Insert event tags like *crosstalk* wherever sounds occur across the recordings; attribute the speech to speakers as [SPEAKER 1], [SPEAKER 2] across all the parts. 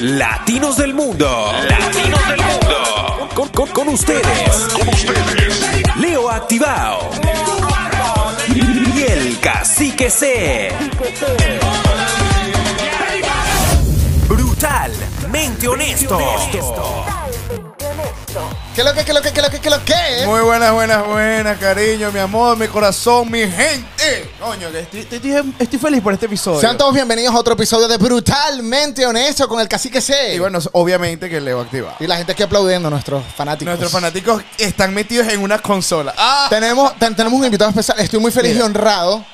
[SPEAKER 1] Latinos del Mundo. Latinos del Mundo. Con, con- con ustedes. Leo Activado. Y el Cacique C. Brutalmente honesto.
[SPEAKER 2] ¿Qué lo que, qué lo que, qué lo que, qué lo que?
[SPEAKER 3] Muy buenas, buenas, buenas, cariño, mi amor, mi corazón, mi gente. Coño, que estoy, estoy- estoy- estoy feliz por este episodio.
[SPEAKER 2] Sean todos bienvenidos a otro episodio de Brutalmente Honesto con el Cacique C.
[SPEAKER 3] Y bueno, obviamente que Leo activa.
[SPEAKER 2] Y la gente aquí aplaudiendo, nuestros fanáticos.
[SPEAKER 3] Nuestros fanáticos están metidos en una consola. Ah,
[SPEAKER 2] Tenemos, ten- tenemos un invitado especial. Estoy muy feliz
[SPEAKER 3] Mira.
[SPEAKER 2] y honrado.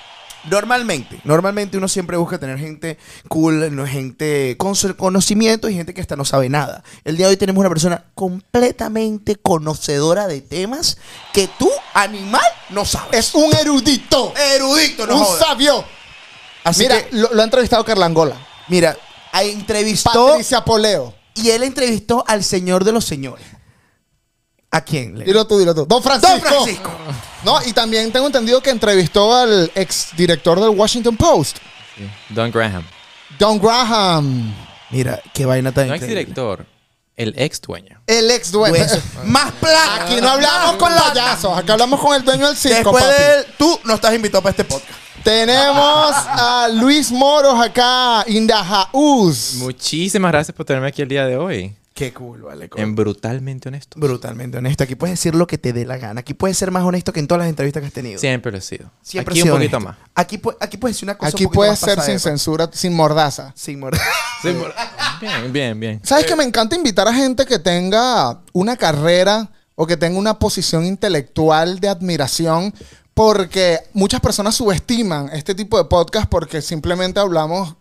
[SPEAKER 3] normalmente, normalmente uno siempre busca tener gente cool, no gente con su- conocimiento y gente que hasta no sabe nada. El día de hoy tenemos una persona completamente conocedora de temas que tú, animal, no sabes.
[SPEAKER 2] Es un erudito.
[SPEAKER 3] erudito, no
[SPEAKER 2] un
[SPEAKER 3] jodas.
[SPEAKER 2] sabio.
[SPEAKER 3] Así
[SPEAKER 2] Mira,
[SPEAKER 3] que,
[SPEAKER 2] lo, lo ha entrevistado Carla Angola.
[SPEAKER 3] mira, entrevistó
[SPEAKER 2] Patricia Poleo.
[SPEAKER 3] Y él entrevistó al señor de los señores. ¿A quién? Leo?
[SPEAKER 2] Dilo tú, dilo tú. Don Francisco.
[SPEAKER 3] Don Francisco.
[SPEAKER 2] No, y también tengo entendido que entrevistó al exdirector del Washington Post,
[SPEAKER 4] Don Graham.
[SPEAKER 2] Don Graham.
[SPEAKER 3] Mira, qué vaina tan
[SPEAKER 4] No ex
[SPEAKER 3] increíble.
[SPEAKER 4] director, el ex dueño.
[SPEAKER 2] El ex dueño.
[SPEAKER 3] Pues, más plata.
[SPEAKER 2] Aquí no hablamos con payasos, acá hablamos con el dueño del circo.
[SPEAKER 3] Después
[SPEAKER 2] papi.
[SPEAKER 3] de él, tú no estás invitado para este podcast.
[SPEAKER 2] Tenemos
[SPEAKER 3] Ah.
[SPEAKER 2] a Luis Moros acá, Indajaús.
[SPEAKER 4] Muchísimas gracias por tenerme aquí el día de hoy.
[SPEAKER 3] Qué cool, vale. cool.
[SPEAKER 4] En Brutalmente Honesto.
[SPEAKER 3] Brutalmente honesto. Aquí puedes decir lo que te dé la gana. Aquí puedes ser más honesto que en todas las entrevistas que has tenido.
[SPEAKER 4] Siempre lo he sido.
[SPEAKER 3] Siempre
[SPEAKER 4] aquí
[SPEAKER 3] he
[SPEAKER 4] un
[SPEAKER 3] sido
[SPEAKER 4] poquito
[SPEAKER 3] honesto.
[SPEAKER 4] más.
[SPEAKER 3] Aquí, pu- aquí puedes decir una cosa
[SPEAKER 2] Aquí
[SPEAKER 3] un poquito
[SPEAKER 2] puedes
[SPEAKER 3] más
[SPEAKER 2] ser sin
[SPEAKER 3] pasadera.
[SPEAKER 2] censura, sin mordaza.
[SPEAKER 3] Sin morder. *laughs*
[SPEAKER 4] Bien, bien, bien.
[SPEAKER 2] ¿Sabes
[SPEAKER 3] Eh.
[SPEAKER 2] que me encanta invitar a gente que tenga una carrera o que tenga una posición intelectual de admiración? Porque muchas personas subestiman este tipo de podcast porque simplemente hablamos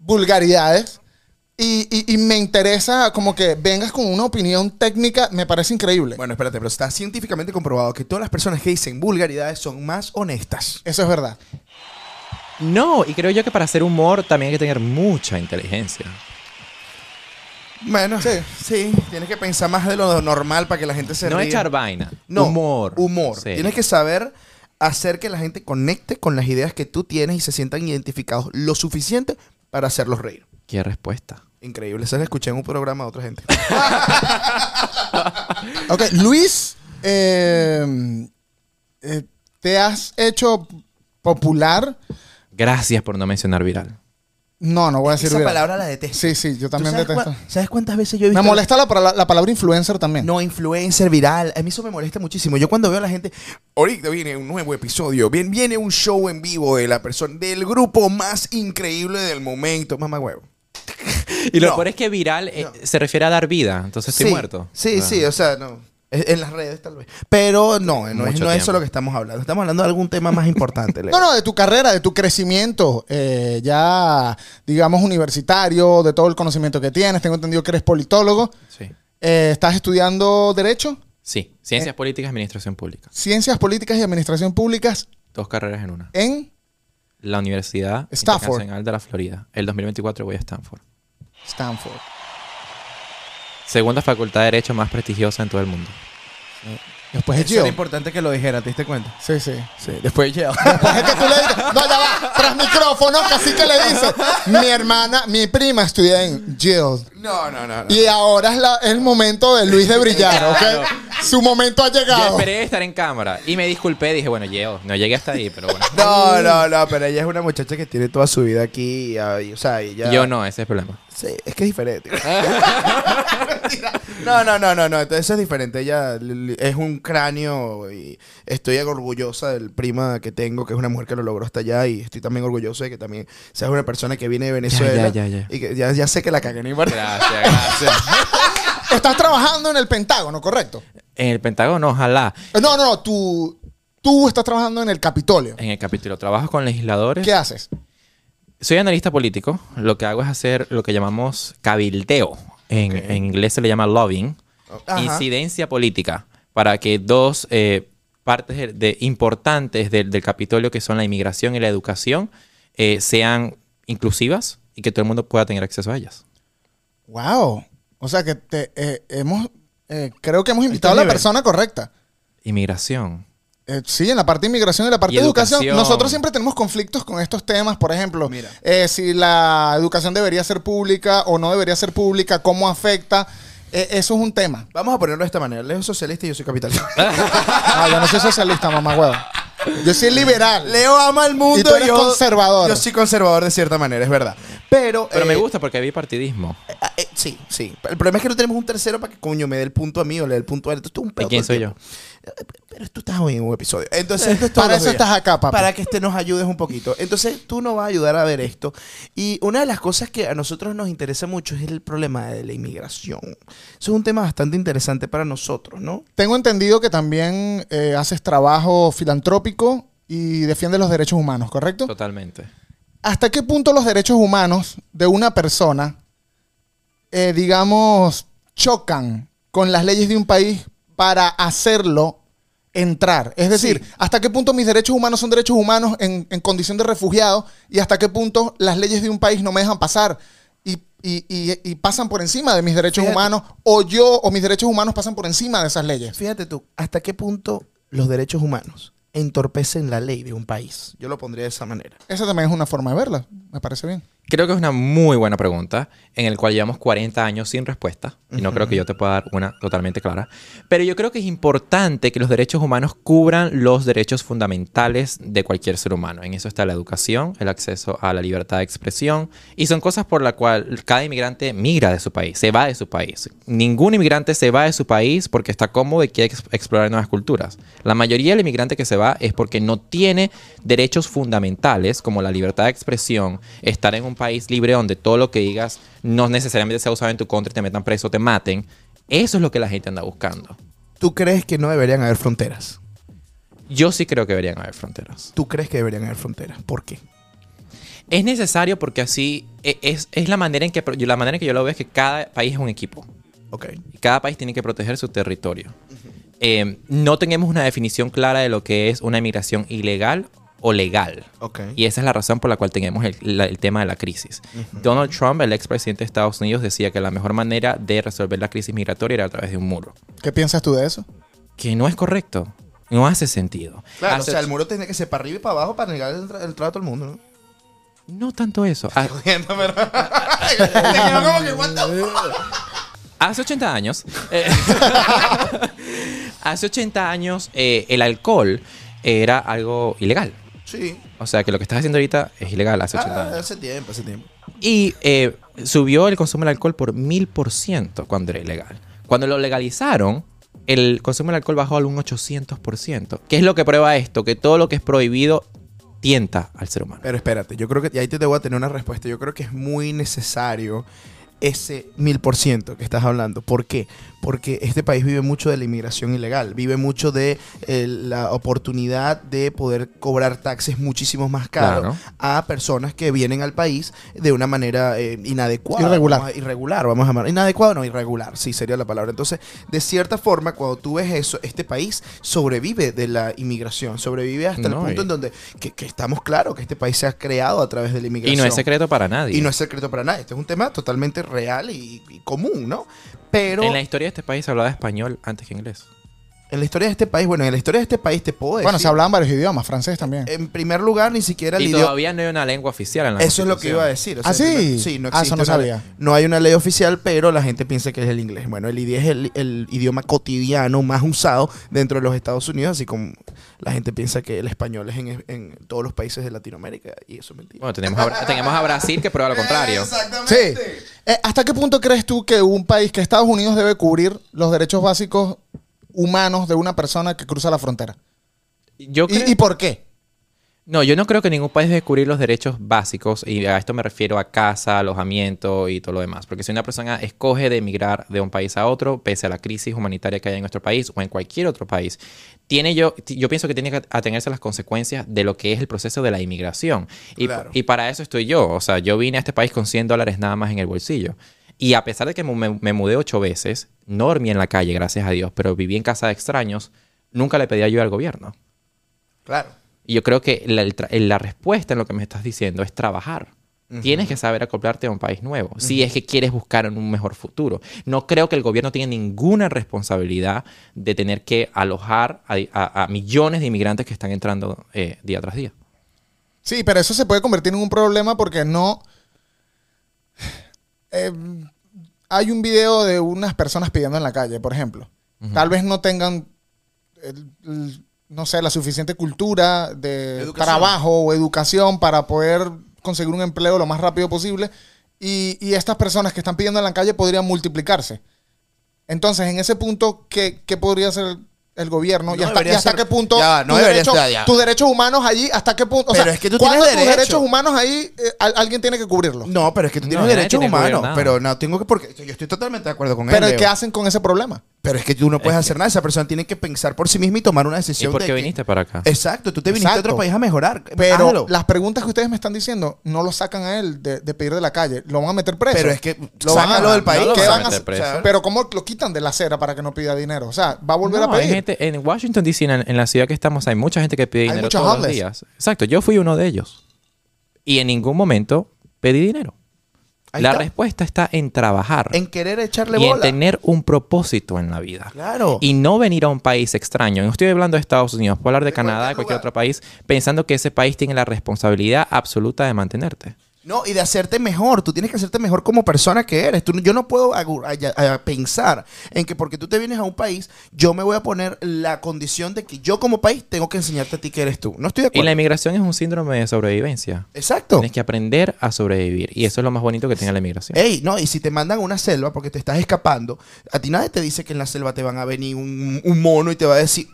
[SPEAKER 2] vulgaridades. Y, y- y me interesa como que vengas con una opinión técnica, me parece increíble.
[SPEAKER 3] Bueno, espérate, pero está científicamente comprobado que todas las personas que dicen vulgaridades son más honestas.
[SPEAKER 2] Eso es verdad.
[SPEAKER 4] No, y creo yo que para hacer humor también hay que tener mucha inteligencia.
[SPEAKER 3] Bueno, sí.
[SPEAKER 2] Sí.
[SPEAKER 3] Tienes que pensar más de lo normal para que la gente se
[SPEAKER 4] no
[SPEAKER 3] ría.
[SPEAKER 4] echar vaina.
[SPEAKER 3] No,
[SPEAKER 4] humor.
[SPEAKER 3] Humor.
[SPEAKER 4] Sí.
[SPEAKER 3] Tienes que saber hacer que la gente conecte con las ideas que tú tienes y se sientan identificados lo suficiente para hacerlos reír.
[SPEAKER 4] Qué respuesta.
[SPEAKER 3] Increíble. Se la escuché en un programa de
[SPEAKER 2] *laughs*
[SPEAKER 3] otra gente.
[SPEAKER 2] Ok, Luis, eh, eh, te has hecho popular.
[SPEAKER 4] Gracias por no mencionar viral.
[SPEAKER 2] No, no voy a decir
[SPEAKER 3] Esa
[SPEAKER 2] viral.
[SPEAKER 3] palabra la detesto.
[SPEAKER 2] Sí, sí, yo
[SPEAKER 3] ¿Tú
[SPEAKER 2] también
[SPEAKER 3] sabes,
[SPEAKER 2] detesto.
[SPEAKER 3] cua- ¿Sabes cuántas veces yo he visto?
[SPEAKER 2] Me molesta la, pala- la palabra influencer también.
[SPEAKER 3] No, influencer viral. A mí eso me molesta muchísimo. Yo cuando veo a la gente, ahorita viene un nuevo episodio, bien- viene un show en vivo de la persona, del grupo más increíble del momento. Mamá huevo.
[SPEAKER 4] Y lo
[SPEAKER 3] No.
[SPEAKER 4] peor es que viral eh, se refiere a dar vida. Entonces estoy
[SPEAKER 3] sí,
[SPEAKER 4] muerto.
[SPEAKER 3] Sí,
[SPEAKER 4] Ah.
[SPEAKER 3] sí, o sea, no. Es- En las redes tal vez. Pero no, no, es,
[SPEAKER 4] Mucho
[SPEAKER 3] no es
[SPEAKER 4] tiempo.
[SPEAKER 3] eso lo que estamos hablando. Estamos hablando de algún tema más *laughs* importante. Leo.
[SPEAKER 2] No, no, de tu carrera, de tu crecimiento, eh, ya, digamos, universitario, de todo el conocimiento que tienes. Tengo entendido que eres politólogo.
[SPEAKER 4] Sí.
[SPEAKER 2] Eh, ¿Estás estudiando Derecho,
[SPEAKER 4] Sí.
[SPEAKER 3] Eh.
[SPEAKER 4] Ciencias políticas, administración pública.
[SPEAKER 2] Ciencias Políticas y Administración Públicas
[SPEAKER 4] Dos carreras en una.
[SPEAKER 2] en
[SPEAKER 4] la Universidad
[SPEAKER 2] Stanford.
[SPEAKER 4] Internacional de la Florida. El 2024 voy a Stanford.
[SPEAKER 2] Stanford?
[SPEAKER 4] Segunda facultad de Derecho más prestigiosa en todo el mundo.
[SPEAKER 2] Después de
[SPEAKER 3] Eso era
[SPEAKER 2] Gio.
[SPEAKER 3] importante que lo dijera, ¿te diste cuenta?
[SPEAKER 2] Sí, sí.
[SPEAKER 3] Sí, después ya.
[SPEAKER 2] Pues es que tú le dices, no, ya va, tras micrófono, casi que le dices, mi hermana, mi prima estudia en Gilles.
[SPEAKER 3] *laughs* No, no, no. no.
[SPEAKER 2] Y ahora es la- el momento de Luis de brillar, ¿ok? Su momento ha
[SPEAKER 4] Yo
[SPEAKER 2] llegado.
[SPEAKER 4] esperé estar en cámara y me disculpé. Dije, bueno, llego. No llegué hasta ahí, pero bueno.
[SPEAKER 3] No, no, no, pero ella es una muchacha que tiene toda su vida aquí. ah, y, o sea, ella.
[SPEAKER 4] Yo no, ese es el problema.
[SPEAKER 3] Sí, es que es diferente. *laughs* Mentira. no, no, no, no, no. Entonces es diferente. Ella li- es un cráneo y estoy orgullosa del prima que tengo, que es una mujer que lo logró hasta allá. Y estoy también orgulloso de que también seas una persona que viene de Venezuela.
[SPEAKER 4] ya, ya.
[SPEAKER 3] Y que ya, ya sé que la cagué en importa.
[SPEAKER 4] Gracias, gracias.
[SPEAKER 2] Estás trabajando en el Pentágono, ¿correcto?
[SPEAKER 4] En el Pentágono, ojalá.
[SPEAKER 2] No, no, no, tú, tú estás trabajando en el Capitolio.
[SPEAKER 4] En el capítulo Trabajo con legisladores.
[SPEAKER 2] ¿Qué haces?
[SPEAKER 4] Soy analista político. Lo que hago es hacer lo que llamamos cabildeo. En, en inglés se le llama lobbying.
[SPEAKER 3] Ajá.
[SPEAKER 4] Incidencia política. Para que dos eh, partes de- de- importantes del, del Capitolio, que son la inmigración y la educación, eh, sean inclusivas y que todo el mundo pueda tener acceso a ellas.
[SPEAKER 2] Wow. O sea que te eh, hemos, eh, creo que hemos invitado a la
[SPEAKER 3] nivel.
[SPEAKER 2] persona correcta.
[SPEAKER 4] Inmigración.
[SPEAKER 2] Eh, sí, en la parte de inmigración y la parte
[SPEAKER 4] Y
[SPEAKER 2] de educación.
[SPEAKER 4] educación.
[SPEAKER 2] Nosotros siempre tenemos conflictos con estos temas, por ejemplo,
[SPEAKER 3] Mira.
[SPEAKER 2] eh, si la educación debería ser pública o no debería ser pública, cómo afecta. Eh, eso es un tema.
[SPEAKER 3] Vamos a ponerlo de esta manera. Leo es socialista y yo soy capitalista.
[SPEAKER 2] *laughs* Ah, yo no soy socialista, mamá huevo. Yo soy liberal.
[SPEAKER 3] Leo ama el mundo.
[SPEAKER 2] Y tú eres
[SPEAKER 3] yo-
[SPEAKER 2] conservador.
[SPEAKER 3] Yo soy conservador de cierta manera, es verdad. Pero,
[SPEAKER 4] Pero me
[SPEAKER 3] eh,
[SPEAKER 4] gusta porque había partidismo.
[SPEAKER 3] eh, eh, sí, sí. El problema es que no tenemos un tercero para que coño me dé el punto a mí o le dé el punto a él. Esto es un pedo
[SPEAKER 4] ¿Y quién
[SPEAKER 3] todo el
[SPEAKER 4] soy yo?
[SPEAKER 3] tiempo. Pero tú estás hoy en un episodio. Entonces, esto es todos
[SPEAKER 2] Para
[SPEAKER 3] los
[SPEAKER 2] eso
[SPEAKER 3] días.
[SPEAKER 2] estás acá, papá.
[SPEAKER 3] Para que este nos ayudes un poquito. Entonces, tú nos vas a ayudar a ver esto. Y una de las cosas que a nosotros nos interesa mucho es el problema de la inmigración. Eso es un tema bastante interesante para nosotros, ¿no?
[SPEAKER 2] Tengo entendido que también eh, haces trabajo filantrópico y defiendes los derechos humanos, ¿correcto?
[SPEAKER 4] Totalmente.
[SPEAKER 2] ¿Hasta qué punto los derechos humanos de una persona, eh, digamos, chocan con las leyes de un país para hacerlo entrar? Es decir, ¿hasta qué punto mis derechos humanos son derechos humanos en, en condición de refugiado? ¿Y hasta qué punto las leyes de un país no me dejan pasar? Y, y- y- y pasan por encima de mis derechos
[SPEAKER 3] Fíjate.
[SPEAKER 2] humanos, o yo o mis derechos humanos pasan por encima de esas leyes.
[SPEAKER 3] Fíjate tú, ¿hasta qué punto los derechos humanos entorpecen la ley de un país? Yo lo pondría de esa manera.
[SPEAKER 2] Esa también es una forma de verla, me parece bien.
[SPEAKER 4] Creo que es una muy buena pregunta, en el cual llevamos 40 años sin respuesta, y no creo que yo te pueda dar una totalmente clara. Pero yo creo que es importante que los derechos humanos cubran los derechos fundamentales de cualquier ser humano. En eso está la educación, el acceso a la libertad de expresión, y son cosas por las cuales cada inmigrante migra de su país, se va de su país. Ningún inmigrante se va de su país porque está cómodo y quiere ex- explorar nuevas culturas. La mayoría del inmigrante que se va es porque no tiene derechos fundamentales como la libertad de expresión, estar en un país libre donde todo lo que digas no necesariamente sea usado en tu contra y te metan preso, te maten. Eso es lo que la gente anda buscando.
[SPEAKER 3] ¿Tú crees que no deberían haber fronteras?
[SPEAKER 4] Yo sí creo que deberían haber fronteras.
[SPEAKER 3] ¿Tú crees que deberían haber fronteras? ¿Por qué?
[SPEAKER 4] Es necesario porque así e- es, es la manera en que yo- la manera en que yo lo veo es que cada país es un equipo.
[SPEAKER 3] Ok.
[SPEAKER 4] Y cada país tiene que proteger su territorio. Eh, no tenemos una definición clara de lo que es una inmigración ilegal o legal.
[SPEAKER 3] Ok.
[SPEAKER 4] Y esa es la razón por la cual tenemos el, la- el tema de la crisis. Donald Trump, el expresidente de Estados Unidos, decía que la mejor manera de resolver la crisis migratoria era a través de un muro.
[SPEAKER 2] ¿Qué piensas tú de eso?
[SPEAKER 4] Que no es correcto. No hace sentido.
[SPEAKER 3] Claro, o
[SPEAKER 4] Hace-
[SPEAKER 3] sea, el muro tendría que ser para arriba y para abajo para negar el, tra- el trato al mundo, ¿no?
[SPEAKER 4] No tanto eso. Ha-
[SPEAKER 3] *laughs*
[SPEAKER 4] Hace 80
[SPEAKER 3] *laughs*
[SPEAKER 4] años. eh, *laughs* hace 80 años eh, el alcohol era algo ilegal.
[SPEAKER 3] Sí.
[SPEAKER 4] O sea, que lo que estás haciendo ahorita es ilegal hace 80
[SPEAKER 3] Ah,
[SPEAKER 4] años.
[SPEAKER 3] hace tiempo, hace tiempo.
[SPEAKER 4] Y eh, subió el consumo del alcohol por 1000% cuando era ilegal. Cuando lo legalizaron, el consumo del alcohol bajó al un 800%. ¿Qué es lo que prueba esto? Que todo lo que es prohibido tienta al ser humano.
[SPEAKER 3] Pero espérate, yo creo que, y ahí te, te voy a tener una respuesta, yo creo que es muy necesario ese mil por ciento que estás hablando. ¿Por qué? Porque este país vive mucho de la inmigración ilegal, vive mucho de eh, la oportunidad de poder cobrar taxes muchísimo más caros
[SPEAKER 4] Claro.
[SPEAKER 3] a personas que vienen al país de una manera eh, inadecuada.
[SPEAKER 2] Irregular.
[SPEAKER 3] Vamos a- irregular, vamos a llamar. Inadecuado, no, irregular, sí sería la palabra. Entonces, de cierta forma, cuando tú ves eso, este país sobrevive de la inmigración, sobrevive hasta el
[SPEAKER 4] No,
[SPEAKER 3] punto
[SPEAKER 4] y-
[SPEAKER 3] en donde que, que estamos claros que este país se ha creado a través de la
[SPEAKER 4] Y
[SPEAKER 3] inmigración.
[SPEAKER 4] no es secreto para nadie.
[SPEAKER 3] Y no es secreto para nadie. Este es un tema totalmente real y, y común, ¿no? Pero
[SPEAKER 4] En la historia de este país se hablaba español antes que inglés.
[SPEAKER 3] historia de este país, bueno, en la historia de este país te puedo decir.
[SPEAKER 2] Bueno, se hablaban varios idiomas, francés también.
[SPEAKER 3] En primer lugar, ni siquiera el
[SPEAKER 4] Y
[SPEAKER 3] idioma.
[SPEAKER 4] todavía no hay una lengua oficial en la
[SPEAKER 3] Eso es lo que iba a
[SPEAKER 4] Constitución.
[SPEAKER 3] decir. o
[SPEAKER 2] ¿Ah,
[SPEAKER 3] sea,
[SPEAKER 2] sí?
[SPEAKER 3] primer- Sí, no
[SPEAKER 2] Ah,
[SPEAKER 3] existe.
[SPEAKER 2] eso no
[SPEAKER 3] una-
[SPEAKER 2] sabía.
[SPEAKER 3] no hay una ley oficial, pero la gente piensa que es el inglés. Bueno, el inglés es el, el idioma cotidiano más usado dentro de los Estados Unidos, así como la gente piensa que el español es en, en todos los países de Latinoamérica, y eso es mentira.
[SPEAKER 4] Bueno, tenemos a, Bra- tenemos a Brasil que
[SPEAKER 3] *laughs*
[SPEAKER 4] prueba lo contrario.
[SPEAKER 2] Sí. Eh, ¿Hasta qué punto crees tú que un país, que Estados Unidos debe cubrir los derechos básicos humanos de una persona que cruza la frontera?
[SPEAKER 4] Yo creo-
[SPEAKER 2] ¿Y, y por qué?
[SPEAKER 4] No, yo no creo que ningún país debe cubrir los derechos básicos, y a esto me refiero a casa, alojamiento y todo lo demás. Porque si una persona escoge de emigrar de un país a otro, pese a la crisis humanitaria que hay en nuestro país o en cualquier otro país, tiene yo, ti- yo pienso que tiene que atenerse a las consecuencias de lo que es el proceso de la inmigración. Y,
[SPEAKER 3] Claro.
[SPEAKER 4] y para eso estoy yo. O sea, yo vine a este país con 100 dólares nada más en el bolsillo. Y a pesar de que mu- me, me mudé ocho veces, no dormí en la calle, gracias a Dios, pero viví en casa de extraños, nunca le pedí ayuda al gobierno.
[SPEAKER 3] Claro.
[SPEAKER 4] Y yo creo que la, el tra- la respuesta en lo que me estás diciendo es trabajar. Tienes que saber acoplarte a un país nuevo, si es que quieres buscar un mejor futuro. No creo que el gobierno tenga ninguna responsabilidad de tener que alojar a, a- a millones de inmigrantes que están entrando eh, día tras día.
[SPEAKER 2] Sí, pero eso se puede convertir en un problema porque no. Eh, hay un video de unas personas pidiendo en la calle, por ejemplo. Tal vez no tengan, el- el- no sé, la suficiente cultura de
[SPEAKER 3] Educación.
[SPEAKER 2] trabajo o educación para poder conseguir un empleo lo más rápido posible. Y, y estas personas que están pidiendo en la calle podrían multiplicarse. Entonces, en ese punto, ¿qué, qué podría hacer el gobierno?
[SPEAKER 3] No
[SPEAKER 2] ¿Y hasta,
[SPEAKER 3] debería
[SPEAKER 2] y hasta
[SPEAKER 3] ser-
[SPEAKER 2] qué punto
[SPEAKER 3] ya va, no
[SPEAKER 2] tus
[SPEAKER 3] debería
[SPEAKER 2] derechos-
[SPEAKER 3] estar ya.
[SPEAKER 2] tus derechos humanos allí? ¿Hasta qué punto? O
[SPEAKER 3] Pero
[SPEAKER 2] sea,
[SPEAKER 3] es que tú
[SPEAKER 2] ¿cuándo
[SPEAKER 3] tienes
[SPEAKER 2] tus
[SPEAKER 3] derecho.
[SPEAKER 2] derechos humanos ahí, eh, al- alguien tiene que cubrirlos.
[SPEAKER 3] No, pero es que tú
[SPEAKER 4] No,
[SPEAKER 3] tienes
[SPEAKER 4] nadie
[SPEAKER 3] derechos
[SPEAKER 4] tiene que
[SPEAKER 3] humanos.
[SPEAKER 4] gobernar.
[SPEAKER 3] Pero no tengo que. Porque yo estoy totalmente de acuerdo con
[SPEAKER 2] Pero
[SPEAKER 3] él.
[SPEAKER 2] ¿qué
[SPEAKER 3] Leo.
[SPEAKER 2] hacen con ese problema?
[SPEAKER 3] Pero es que tú no puedes hacer nada. Esa persona tiene que pensar por sí misma y tomar una
[SPEAKER 4] ¿Y
[SPEAKER 3] decisión.
[SPEAKER 4] por
[SPEAKER 3] de
[SPEAKER 4] qué
[SPEAKER 3] que-
[SPEAKER 4] viniste para acá?
[SPEAKER 3] Exacto, tú te viniste a
[SPEAKER 2] Exacto.
[SPEAKER 3] otro país a mejorar.
[SPEAKER 2] Pero
[SPEAKER 3] Eh, Hazlo.
[SPEAKER 2] las preguntas que ustedes me están diciendo no lo sacan a él de, de pedir de la calle. Lo van a meter preso.
[SPEAKER 3] Pero es que
[SPEAKER 2] lo van a-
[SPEAKER 3] sácalo del país.
[SPEAKER 2] no lo
[SPEAKER 3] ¿Qué
[SPEAKER 2] van a
[SPEAKER 3] van a
[SPEAKER 4] meter
[SPEAKER 3] hacer?
[SPEAKER 4] preso.
[SPEAKER 3] O sea,
[SPEAKER 2] Pero ¿cómo lo quitan de la acera para que no pida dinero? O sea, va a volver
[SPEAKER 4] No,
[SPEAKER 2] a
[SPEAKER 4] hay
[SPEAKER 2] pedir.
[SPEAKER 4] gente- en Washington DC, en, en la ciudad que estamos, hay mucha gente que pide
[SPEAKER 2] Hay
[SPEAKER 4] dinero
[SPEAKER 2] muchos
[SPEAKER 4] todos los
[SPEAKER 2] homeless.
[SPEAKER 4] días. Exacto, yo fui uno de ellos. Y en ningún momento pedí dinero.
[SPEAKER 3] ahí
[SPEAKER 4] la
[SPEAKER 3] está.
[SPEAKER 4] respuesta está en trabajar
[SPEAKER 3] En querer echarle
[SPEAKER 4] y en
[SPEAKER 3] bola.
[SPEAKER 4] tener un propósito en la vida.
[SPEAKER 3] Claro.
[SPEAKER 4] Y no venir a un país extraño. No estoy hablando de Estados Unidos, puedo hablar de, Canadá, de cualquier
[SPEAKER 3] cualquier
[SPEAKER 4] otro país, pensando que ese país tiene la responsabilidad absoluta de mantenerte.
[SPEAKER 3] No, y de hacerte mejor. Tú tienes que hacerte mejor como persona que eres. Tú, no- yo no puedo agu- a- a- pensar en que porque tú te vienes a un país, yo me voy a poner la condición de que yo como país tengo que enseñarte a ti que eres tú. No estoy de
[SPEAKER 4] Y la
[SPEAKER 3] acuerdo.
[SPEAKER 4] inmigración es un síndrome de sobrevivencia.
[SPEAKER 3] Exacto.
[SPEAKER 4] Tienes que aprender a sobrevivir. Y eso es lo más bonito que tiene la inmigración.
[SPEAKER 3] Ey, no, y si te mandan a una selva porque te estás escapando, a ti nadie te dice que en la selva te van a venir un, un mono y te va a decir.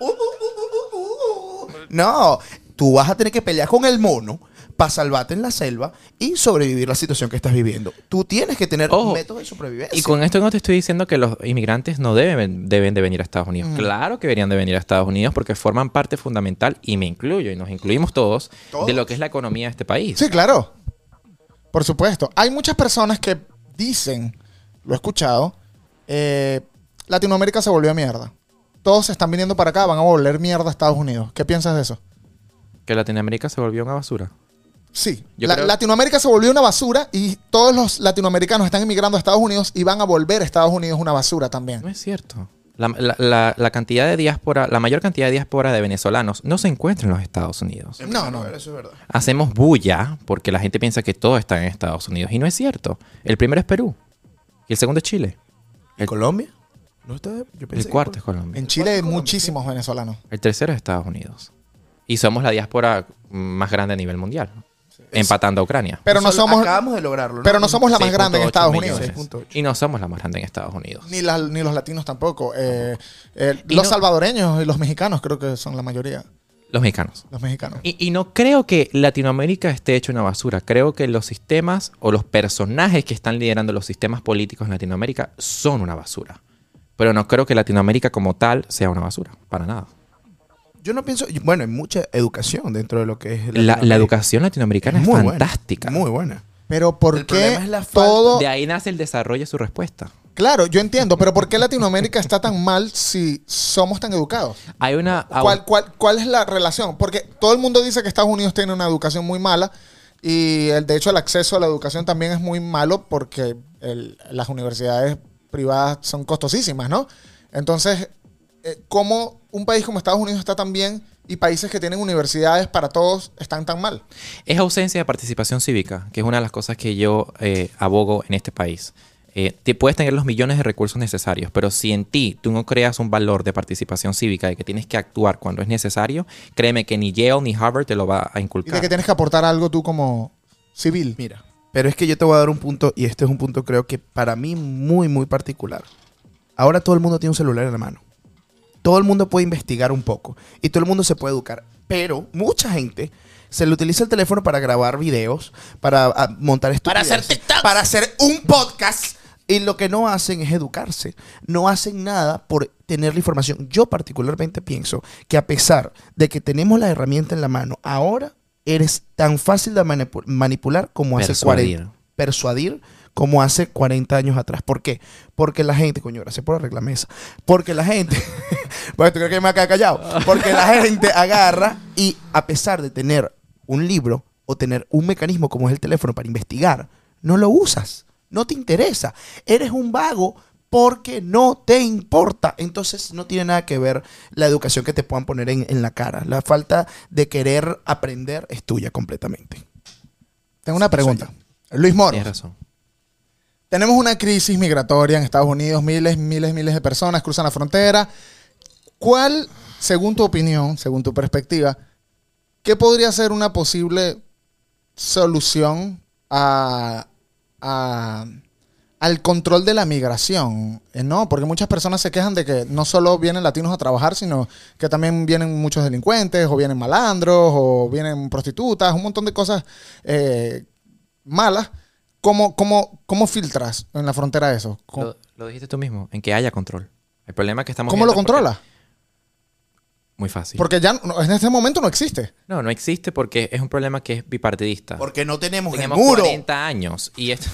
[SPEAKER 3] "Uh, uh, uh, uh, uh, uh, uh". No, tú vas a tener que pelear con el mono para salvarte en la selva y sobrevivir la situación que estás viviendo. Tú tienes que tener
[SPEAKER 4] Ojo,
[SPEAKER 3] métodos de sobrevivencia.
[SPEAKER 4] Y con esto no te estoy diciendo que los inmigrantes no deben, deben de venir a Estados Unidos. Claro que deberían de venir a Estados Unidos porque forman parte fundamental, y me incluyo, y nos incluimos todos, de lo que es la economía de este país.
[SPEAKER 2] Sí, claro. Por supuesto. Hay muchas personas que dicen, lo he escuchado, eh, Latinoamérica se volvió mierda. Todos se están viniendo para acá, van a volver mierda a Estados Unidos. ¿Qué piensas de eso?
[SPEAKER 4] Que Latinoamérica se volvió una basura.
[SPEAKER 2] Sí.
[SPEAKER 4] Yo
[SPEAKER 2] La-
[SPEAKER 4] creo-
[SPEAKER 2] Latinoamérica se volvió una basura y todos los latinoamericanos están emigrando a Estados Unidos y van a volver a Estados Unidos una basura
[SPEAKER 4] No
[SPEAKER 2] también.
[SPEAKER 4] es cierto. La, la- la- la cantidad de diáspora, la mayor cantidad de diáspora de venezolanos no se encuentra en los Estados Unidos.
[SPEAKER 2] No, no.
[SPEAKER 3] Eso es verdad.
[SPEAKER 4] Hacemos bulla porque la gente piensa que todo está en Estados Unidos y no es cierto. El primero es Perú y el segundo es Chile.
[SPEAKER 3] ¿En Colombia? No está. Yo pensé
[SPEAKER 4] El
[SPEAKER 3] que
[SPEAKER 4] cuarto es
[SPEAKER 3] Colombia.
[SPEAKER 4] Colombia.
[SPEAKER 2] En Chile hay muchísimos venezolanos.
[SPEAKER 4] El tercero es Estados Unidos. Y somos la diáspora más grande a nivel mundial, empatando a Ucrania.
[SPEAKER 2] Pero no
[SPEAKER 3] Solo
[SPEAKER 2] somos,
[SPEAKER 3] Acabamos de lograrlo.
[SPEAKER 2] pero no somos la más
[SPEAKER 4] 6.8
[SPEAKER 2] grande en Estados
[SPEAKER 4] millones.
[SPEAKER 2] Unidos.
[SPEAKER 4] Y no somos la más grande en Estados Unidos.
[SPEAKER 2] Ni, la- ni los latinos tampoco. Eh, eh,
[SPEAKER 4] Y
[SPEAKER 2] los
[SPEAKER 4] no-
[SPEAKER 2] salvadoreños y los mexicanos creo que son la mayoría.
[SPEAKER 4] Los mexicanos.
[SPEAKER 2] Los mexicanos.
[SPEAKER 4] Y, y no creo que Latinoamérica esté hecho una basura. Creo que los sistemas o los personajes que están liderando los sistemas políticos en Latinoamérica son una basura. Pero no creo que Latinoamérica como tal sea una basura, para nada.
[SPEAKER 3] Yo no pienso. Bueno, hay mucha educación dentro de lo que es.
[SPEAKER 4] La, la
[SPEAKER 3] Latinoamérica.
[SPEAKER 4] educación latinoamericana es,
[SPEAKER 3] Muy buena,
[SPEAKER 4] fantástica.
[SPEAKER 3] muy buena.
[SPEAKER 2] Pero ¿por
[SPEAKER 3] El
[SPEAKER 2] qué
[SPEAKER 3] problema es la falta
[SPEAKER 2] todo...
[SPEAKER 4] De ahí nace el desarrollo de su respuesta.
[SPEAKER 2] Claro, yo entiendo, pero ¿por qué Latinoamérica está tan mal si somos tan educados?
[SPEAKER 4] Hay una...
[SPEAKER 2] ¿Cuál, cuál, cuál es la relación? Porque todo el mundo dice que Estados Unidos tiene una educación muy mala y el, de hecho el acceso a la educación también es muy malo porque el- las universidades privadas son costosísimas, ¿no? Entonces, eh, ¿cómo un país como Estados Unidos está tan bien y países que tienen universidades para todos están tan mal?
[SPEAKER 4] Es ausencia de participación cívica, que es una de las cosas que yo eh, abogo en este país. Eh, te puedes tener los millones de recursos necesarios, pero si en ti tú no creas un valor de participación cívica, de que tienes que actuar cuando es necesario, créeme que ni Yale ni Harvard te lo va a
[SPEAKER 2] Y de
[SPEAKER 4] inculcar.
[SPEAKER 2] que tienes que aportar algo tú como civil.
[SPEAKER 3] Mira, pero es que yo te voy a dar un punto, y este es un punto creo que para mí muy, muy particular. Ahora todo el mundo tiene un celular en la mano. Todo el mundo puede investigar un poco y todo el mundo se puede educar. Pero mucha gente se le utiliza el teléfono para grabar videos, para ah, montar estudios. Para hacer TikTok. Para hacer un podcast. Y lo que no hacen es educarse. No hacen nada por tener la información. Yo particularmente pienso que a pesar de que tenemos la herramienta en la mano, ahora eres tan fácil de manipu- manipular como hace
[SPEAKER 4] Persuadir.
[SPEAKER 3] 40 persuadir como hace 40 años atrás. ¿Por qué? Porque la gente, coño, gracias por arreglar mesa. Porque la gente, bueno, tú crees que me voy a quedar callado. Porque la gente agarra y a pesar de tener un libro, o tener un mecanismo como es el teléfono para investigar, no lo usas, no te interesa, eres un vago porque no te importa. Entonces no tiene nada que ver la educación que te puedan poner en, en la cara. La falta de querer aprender es tuya completamente.
[SPEAKER 2] Tengo una pregunta. Luis
[SPEAKER 4] Tienes
[SPEAKER 2] Moros.
[SPEAKER 4] razón.
[SPEAKER 2] Tenemos una crisis migratoria en Estados Unidos. Miles, miles, miles de personas cruzan la frontera. ¿Cuál, según tu opinión, según tu perspectiva, qué podría ser una posible solución a- a- al control de la migración? eh, ¿No? Porque muchas personas se quejan de que no solo vienen latinos a trabajar, sino que también vienen muchos delincuentes, o vienen malandros, o vienen prostitutas, un montón de cosas eh, malas. ¿Cómo, cómo, ¿Cómo filtras en la frontera eso? ¿Cómo,
[SPEAKER 4] Lo, lo dijiste tú mismo, en que haya control. El problema es que estamos.
[SPEAKER 2] cómo lo
[SPEAKER 4] viendo porque-
[SPEAKER 2] controlas?
[SPEAKER 4] Muy fácil.
[SPEAKER 2] Porque ya no- en este momento no existe.
[SPEAKER 4] No, no existe porque es un problema que es bipartidista.
[SPEAKER 3] Porque no tenemos,
[SPEAKER 4] Ah. Tenemos
[SPEAKER 3] el muro.
[SPEAKER 4] 40 años y esto,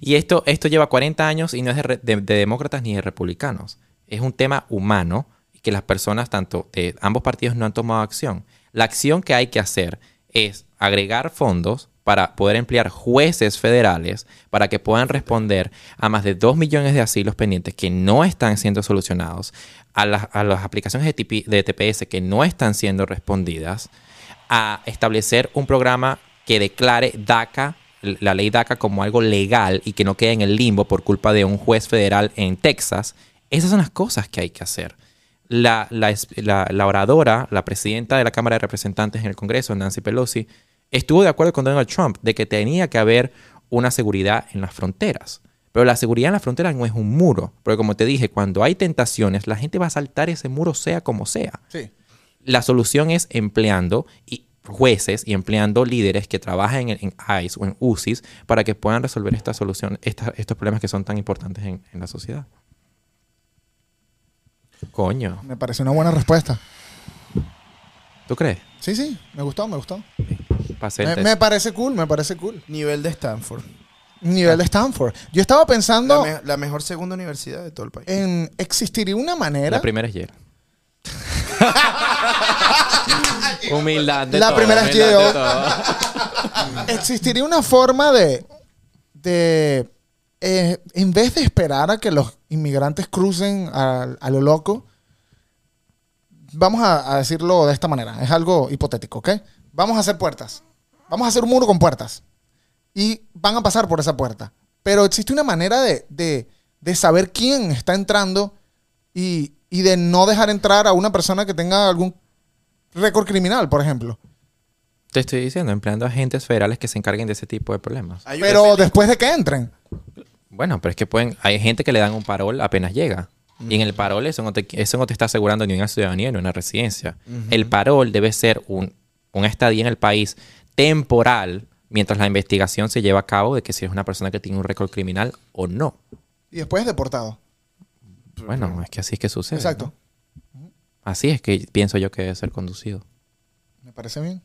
[SPEAKER 4] y esto, esto lleva 40 años y no es de, re- de- de demócratas ni de republicanos. Es un tema humano y que las personas, tanto de ambos partidos, no han tomado acción. La acción que hay que hacer es agregar fondos para poder emplear jueces federales para que puedan responder a más de 2 millones de asilos pendientes que no están siendo solucionados, a las, a las aplicaciones de, TP de TPS que no están siendo respondidas, a establecer un programa que declare DACA, la ley DACA, como algo legal y que no quede en el limbo por culpa de un juez federal en Texas. Esas son las cosas que hay que hacer. La, la es- la- la oradora, la presidenta de la Cámara de Representantes en el Congreso, Nancy Pelosi, estuvo de acuerdo con Donald Trump de que tenía que haber una seguridad en las fronteras. Pero la seguridad en las fronteras no es un muro. Porque como te dije, cuando hay tentaciones, la gente va a saltar ese muro sea como sea.
[SPEAKER 2] Sí.
[SPEAKER 4] La solución es empleando y jueces y empleando líderes que trabajen en, en ICE o en UCIS para que puedan resolver esta solución, esta- estos problemas que son tan importantes en, en la sociedad. Coño,
[SPEAKER 2] Me pareció una buena respuesta.
[SPEAKER 4] ¿tú crees?
[SPEAKER 2] Sí, sí, me gustó, me gustó.
[SPEAKER 4] Para hacer
[SPEAKER 2] Me,
[SPEAKER 4] el test.
[SPEAKER 2] me parece cool, me parece cool.
[SPEAKER 3] Nivel de Stanford.
[SPEAKER 2] Nivel de Stanford. Yo estaba
[SPEAKER 3] La,
[SPEAKER 2] pensando
[SPEAKER 3] me- la mejor segunda universidad de todo el país.
[SPEAKER 2] en existiría una manera.
[SPEAKER 4] La
[SPEAKER 2] *laughs*
[SPEAKER 4] primera es Yale. Humildad de
[SPEAKER 2] La
[SPEAKER 4] todo,
[SPEAKER 2] primera es
[SPEAKER 4] humildad de
[SPEAKER 2] Yale.
[SPEAKER 4] todo.
[SPEAKER 2] existiría una forma de, de eh, en vez de esperar a que los inmigrantes crucen a, a lo loco, vamos a, a decirlo de esta manera. Es algo hipotético, ¿ok? Vamos a hacer puertas. Vamos a hacer un muro con puertas. Y van a pasar por esa puerta. Pero existe una manera de, de- de saber quién está entrando y, y de no dejar entrar a una persona que tenga algún récord criminal, por ejemplo.
[SPEAKER 4] Te estoy diciendo, empleando agentes federales que se encarguen de ese tipo de problemas.
[SPEAKER 3] Hay una
[SPEAKER 2] Pero
[SPEAKER 3] peli-
[SPEAKER 2] después de que entren.
[SPEAKER 4] Bueno, pero es que pueden, hay gente que le dan un parol apenas llega. Y en el parol eso no te, eso no te está asegurando ni una ciudadanía ni una residencia. El parol debe ser un, una estadía en el país temporal mientras la investigación se lleva a cabo de que si es una persona que tiene un récord criminal o no.
[SPEAKER 2] Y después es deportado.
[SPEAKER 4] Bueno, es que así es que sucede.
[SPEAKER 2] Exacto.
[SPEAKER 4] ¿no? Así es que pienso yo que debe ser conducido.
[SPEAKER 2] Me parece bien.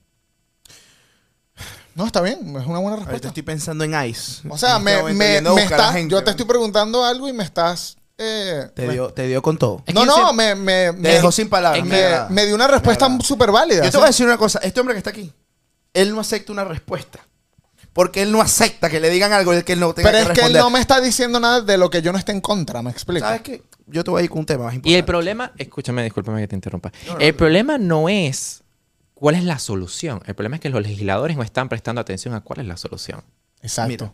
[SPEAKER 2] No, está bien. Es una buena
[SPEAKER 3] Ahorita
[SPEAKER 2] respuesta.
[SPEAKER 3] estoy pensando en ICE.
[SPEAKER 2] O sea,
[SPEAKER 3] En
[SPEAKER 2] me,
[SPEAKER 3] este momento,
[SPEAKER 2] me-
[SPEAKER 3] yendo a
[SPEAKER 2] me
[SPEAKER 3] buscar a
[SPEAKER 2] estás,
[SPEAKER 3] gente,
[SPEAKER 2] yo te
[SPEAKER 3] ¿no?
[SPEAKER 2] estoy preguntando algo y me estás... eh,
[SPEAKER 3] Te
[SPEAKER 2] me-
[SPEAKER 3] dio, te dio con todo.
[SPEAKER 4] Es
[SPEAKER 2] no,
[SPEAKER 4] que
[SPEAKER 2] no,
[SPEAKER 4] se-
[SPEAKER 2] me, me,
[SPEAKER 3] Te
[SPEAKER 2] me-
[SPEAKER 3] dejó sin palabras.
[SPEAKER 4] es
[SPEAKER 2] me-
[SPEAKER 4] que-
[SPEAKER 3] mierda.
[SPEAKER 2] me dio una respuesta
[SPEAKER 3] Mierda.
[SPEAKER 2] súper válida.
[SPEAKER 3] Yo te
[SPEAKER 2] ¿sí?
[SPEAKER 3] voy a decir una cosa. Este hombre que está aquí, él no acepta una respuesta. Porque él no acepta que le digan algo del que él no tenga
[SPEAKER 2] Pero
[SPEAKER 3] que
[SPEAKER 2] es que él
[SPEAKER 3] responder.
[SPEAKER 2] no me está diciendo nada de lo que yo no esté en contra, me explico.
[SPEAKER 3] ¿Sabes qué? Yo te voy a ir con un tema más importante.
[SPEAKER 4] Y el problema, escúchame, discúlpame que te interrumpa. el problema no es cuál es la solución. El problema es que los legisladores no están prestando atención a cuál es la solución.
[SPEAKER 2] Exacto.
[SPEAKER 3] Mira,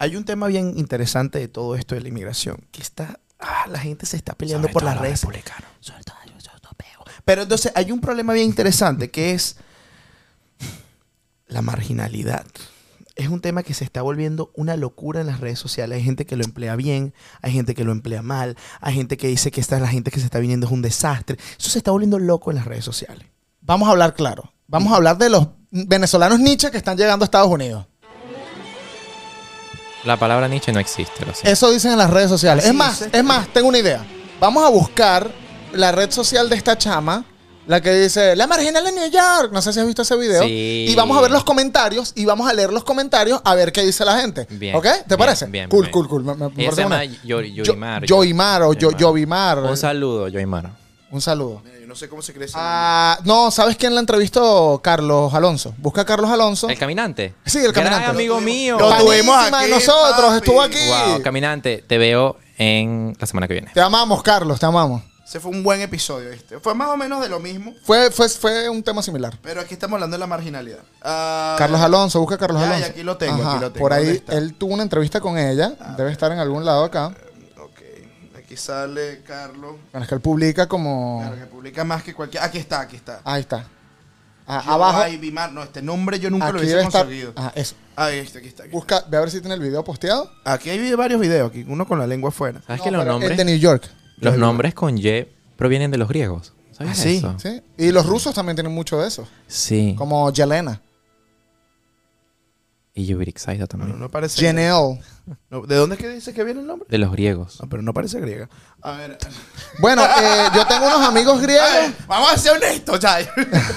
[SPEAKER 3] hay un tema bien interesante de todo esto de la inmigración. Que está... ah, la gente se está peleando
[SPEAKER 4] Sobre
[SPEAKER 3] por
[SPEAKER 4] todo
[SPEAKER 3] las
[SPEAKER 4] los
[SPEAKER 3] redes.
[SPEAKER 4] republicanos.
[SPEAKER 3] Sobre todo los europeos. Pero entonces hay un problema bien interesante que es la marginalidad. Es un tema que se está volviendo una locura en las redes sociales. Hay gente que lo emplea bien, hay gente que lo emplea mal, hay gente que dice que esta es la gente que se está viniendo es un desastre. Eso se está volviendo loco en las redes sociales.
[SPEAKER 2] Vamos a hablar claro. Vamos a hablar de los venezolanos niche que están llegando a Estados Unidos.
[SPEAKER 4] La palabra Nietzsche no existe, lo siento.
[SPEAKER 2] Eso dicen en las redes sociales.
[SPEAKER 3] Así
[SPEAKER 2] es más,
[SPEAKER 3] es.
[SPEAKER 2] es más, tengo una idea. Vamos a buscar la red social de esta chama, la que dice La Marginal de New York. No sé si has visto ese video.
[SPEAKER 4] Sí.
[SPEAKER 2] Y vamos a ver los comentarios y vamos a leer los comentarios a ver qué dice la gente.
[SPEAKER 4] Bien.
[SPEAKER 2] ¿Ok? ¿Te
[SPEAKER 4] Bien,
[SPEAKER 2] parece?
[SPEAKER 4] bien,
[SPEAKER 2] cool,
[SPEAKER 4] bien.
[SPEAKER 2] cool, cool, Me, me
[SPEAKER 4] Ella
[SPEAKER 2] parece
[SPEAKER 4] se
[SPEAKER 2] buena.
[SPEAKER 4] llama Yo- Yorimar.
[SPEAKER 2] Yo- Yoimar o Yo-
[SPEAKER 4] Yorimar.
[SPEAKER 2] Yovimar.
[SPEAKER 4] Un saludo, Yoimar.
[SPEAKER 2] Un saludo.
[SPEAKER 3] Mira, Eh, yo no sé cómo se crece.
[SPEAKER 2] Ah, no, ¿sabes quién la entrevistó? Carlos Alonso. Busca a Carlos Alonso.
[SPEAKER 4] El caminante.
[SPEAKER 2] Sí, el caminante.
[SPEAKER 4] Gran amigo
[SPEAKER 3] Lo tuvimos-
[SPEAKER 4] mío.
[SPEAKER 3] lo tuvimos
[SPEAKER 2] Panísima de
[SPEAKER 3] aquí,
[SPEAKER 2] nosotros,
[SPEAKER 3] papi.
[SPEAKER 2] estuvo aquí.
[SPEAKER 4] Wow, caminante, te veo en la semana que viene.
[SPEAKER 2] Te amamos, Carlos, te amamos.
[SPEAKER 3] Se fue un buen episodio, ¿viste? Fue más o menos de lo mismo,
[SPEAKER 2] Fue, fue, fue un tema similar.
[SPEAKER 3] pero aquí estamos hablando de la marginalidad. Ah,
[SPEAKER 2] Carlos Alonso, busca a Carlos
[SPEAKER 3] Ya, ya,
[SPEAKER 2] Alonso.
[SPEAKER 3] aquí lo tengo, aquí lo tengo.
[SPEAKER 2] Por
[SPEAKER 3] ¿Dónde
[SPEAKER 2] ahí,
[SPEAKER 3] está? Ah,
[SPEAKER 2] él tuvo una entrevista con ella. Debe estar en algún lado acá.
[SPEAKER 3] Ok, aquí sale Carlos.
[SPEAKER 2] Bueno, es que él publica como...
[SPEAKER 3] Claro, que publica más que cualquier. Aquí está, aquí está.
[SPEAKER 2] Ahí está. Ah,
[SPEAKER 3] Yo,
[SPEAKER 2] abajo.
[SPEAKER 3] ay, Bimar, no, este nombre yo nunca
[SPEAKER 2] Aquí
[SPEAKER 3] lo
[SPEAKER 2] debe
[SPEAKER 3] hubiese
[SPEAKER 2] estar.
[SPEAKER 3] conseguido.
[SPEAKER 2] Ah, eso.
[SPEAKER 3] Ahí está, aquí está. Aquí,
[SPEAKER 2] Busca, ve a ver si tiene el video posteado.
[SPEAKER 3] está. Aquí hay varios videos, aquí, uno con la lengua afuera.
[SPEAKER 4] ¿Sabes
[SPEAKER 2] No,
[SPEAKER 4] que los
[SPEAKER 2] pero
[SPEAKER 4] nombres,
[SPEAKER 2] El de New York.
[SPEAKER 4] los nombres con Y provienen de los griegos? ¿Sabes
[SPEAKER 3] Ah, sí,
[SPEAKER 4] eso?
[SPEAKER 2] ¿sí? Y los rusos también tienen mucho de eso.
[SPEAKER 4] Sí.
[SPEAKER 2] Como Yelena.
[SPEAKER 4] Y Yubirixaida
[SPEAKER 3] No,
[SPEAKER 4] también.
[SPEAKER 3] no, no parece.
[SPEAKER 2] Jenel.
[SPEAKER 3] no, ¿De dónde es que dice que viene el nombre?
[SPEAKER 4] De los griegos.
[SPEAKER 3] No, pero no parece griega. A ver. *laughs*
[SPEAKER 2] Bueno, eh, yo tengo unos amigos
[SPEAKER 3] A
[SPEAKER 2] griegos.
[SPEAKER 3] ver, vamos a ser honestos, Chay.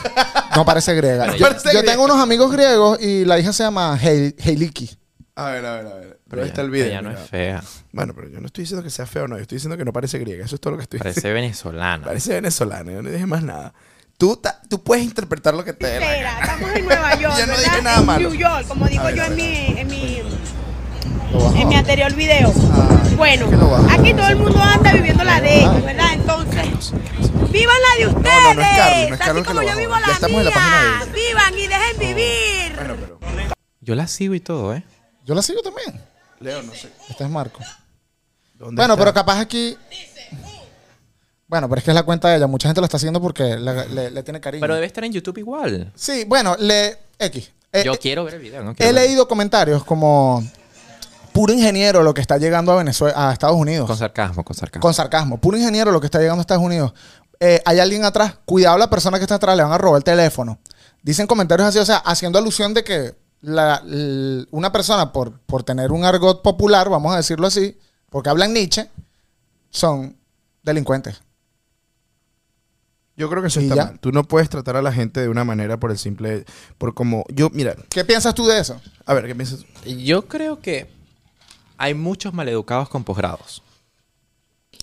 [SPEAKER 3] *laughs*
[SPEAKER 2] No parece griega.
[SPEAKER 3] No
[SPEAKER 2] Yo,
[SPEAKER 3] parece
[SPEAKER 2] yo
[SPEAKER 3] griega.
[SPEAKER 2] tengo unos amigos griegos y la hija se llama Hel- Heliki.
[SPEAKER 3] A ver, a ver, a ver. Pero ahí
[SPEAKER 4] Ella-
[SPEAKER 3] está el video.
[SPEAKER 4] Ella no
[SPEAKER 3] mira.
[SPEAKER 4] es fea.
[SPEAKER 3] Bueno, pero yo no estoy diciendo que sea feo, no. Yo estoy diciendo que no parece griega. Eso es todo lo que estoy diciendo. *laughs*
[SPEAKER 4] Parece venezolana.
[SPEAKER 3] Parece venezolana. Yo no dije más nada. Tú, ta- tú puedes interpretar lo que te dé la gana.
[SPEAKER 5] Espera, estamos
[SPEAKER 3] *laughs*
[SPEAKER 5] en Nueva York.
[SPEAKER 3] Yo no
[SPEAKER 5] ¿verdad?
[SPEAKER 3] dije nada
[SPEAKER 5] En
[SPEAKER 3] malo.
[SPEAKER 5] New York, como digo
[SPEAKER 3] ver,
[SPEAKER 5] yo
[SPEAKER 3] a
[SPEAKER 5] en
[SPEAKER 3] ver, a
[SPEAKER 5] mi, en mi,
[SPEAKER 2] Lo bajo.
[SPEAKER 5] en mi anterior video.
[SPEAKER 3] Ay,
[SPEAKER 5] Bueno,
[SPEAKER 3] ¿qué lo bajo?
[SPEAKER 5] aquí todo el mundo anda viviendo la de ellos, ¿verdad? Entonces, ¡vivan la de ustedes!
[SPEAKER 3] no, no es Carlos, no es Carlos
[SPEAKER 5] Así
[SPEAKER 3] que
[SPEAKER 5] como
[SPEAKER 3] lo
[SPEAKER 5] yo
[SPEAKER 3] bajó.
[SPEAKER 5] vivo
[SPEAKER 3] Ya
[SPEAKER 5] la
[SPEAKER 3] estamos en la
[SPEAKER 5] mía.
[SPEAKER 3] página de
[SPEAKER 5] ¡Vivan y dejen vivir!
[SPEAKER 3] Bueno, pero.
[SPEAKER 4] Yo la sigo y todo, ¿eh?
[SPEAKER 2] Yo la sigo también.
[SPEAKER 3] Leo, no sé.
[SPEAKER 2] Este es Marco.
[SPEAKER 3] ¿Dónde
[SPEAKER 2] Bueno,
[SPEAKER 3] está?
[SPEAKER 2] pero capaz aquí. Bueno, pero es que es la cuenta de ella. Mucha gente lo está haciendo porque le, le- le tiene cariño.
[SPEAKER 4] Pero debe estar en YouTube igual.
[SPEAKER 2] Sí, bueno, le. X. Eh,
[SPEAKER 4] Yo
[SPEAKER 2] eh,
[SPEAKER 4] quiero ver el video, no quiero
[SPEAKER 2] he
[SPEAKER 4] ver-
[SPEAKER 2] leído comentarios como puro ingeniero lo que está llegando a Venezuela, a Estados Unidos.
[SPEAKER 4] Con sarcasmo, con sarcasmo.
[SPEAKER 2] Con sarcasmo. Puro ingeniero lo que está llegando a Estados Unidos. Eh, hay alguien atrás. Cuidado la persona que está atrás, le van a robar el teléfono. Dicen comentarios así, o sea, haciendo alusión de que la- l- una persona, por, por tener un argot popular, vamos a decirlo así, porque hablan Nietzsche, son delincuentes.
[SPEAKER 3] Yo creo que eso
[SPEAKER 2] ¿Y
[SPEAKER 3] está
[SPEAKER 2] ya?
[SPEAKER 3] mal. Tú no puedes tratar a la gente de una manera por el simple. Por como. Yo, mira,
[SPEAKER 2] ¿Qué piensas tú de eso?
[SPEAKER 3] a ver, ¿qué piensas?
[SPEAKER 4] Yo creo que hay muchos maleducados con posgrados.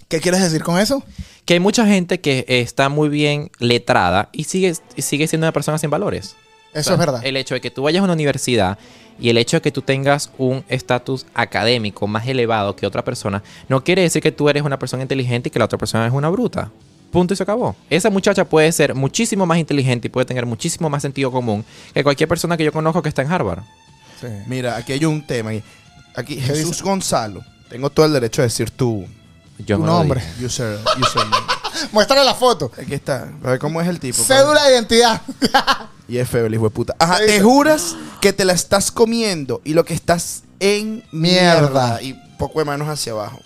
[SPEAKER 2] ¿Qué quieres decir con eso?
[SPEAKER 4] Que hay mucha gente que está muy bien letrada y sigue, y sigue siendo una persona sin valores.
[SPEAKER 2] Eso
[SPEAKER 4] O sea,
[SPEAKER 2] es verdad.
[SPEAKER 4] El hecho de que tú vayas a una universidad y el hecho de que tú tengas un estatus académico más elevado que otra persona, no quiere decir que tú eres una persona inteligente y que la otra persona es una bruta. Punto y se acabó. Esa muchacha puede ser muchísimo más inteligente y puede tener muchísimo más sentido común que cualquier persona que yo conozco que está en Harvard.
[SPEAKER 2] Sí.
[SPEAKER 3] Mira, aquí hay un tema. y- Aquí,
[SPEAKER 2] ¿Qué
[SPEAKER 3] Jesús Gonzalo. Tengo todo el derecho a decir tu
[SPEAKER 4] Yo
[SPEAKER 2] Un
[SPEAKER 4] no lo
[SPEAKER 2] hombre.
[SPEAKER 4] dije.
[SPEAKER 3] user, username.
[SPEAKER 2] Muéstrale la foto.
[SPEAKER 3] Aquí está. A ver cómo es el tipo.
[SPEAKER 2] Cédula de identidad.
[SPEAKER 3] Y es feo el hijo de puta. Ajá,
[SPEAKER 2] ¿Qué
[SPEAKER 3] te
[SPEAKER 2] dice?
[SPEAKER 3] juras que te la estás comiendo y lo que estás en
[SPEAKER 2] Mierda.
[SPEAKER 3] mierda. Y poco de manos hacia abajo.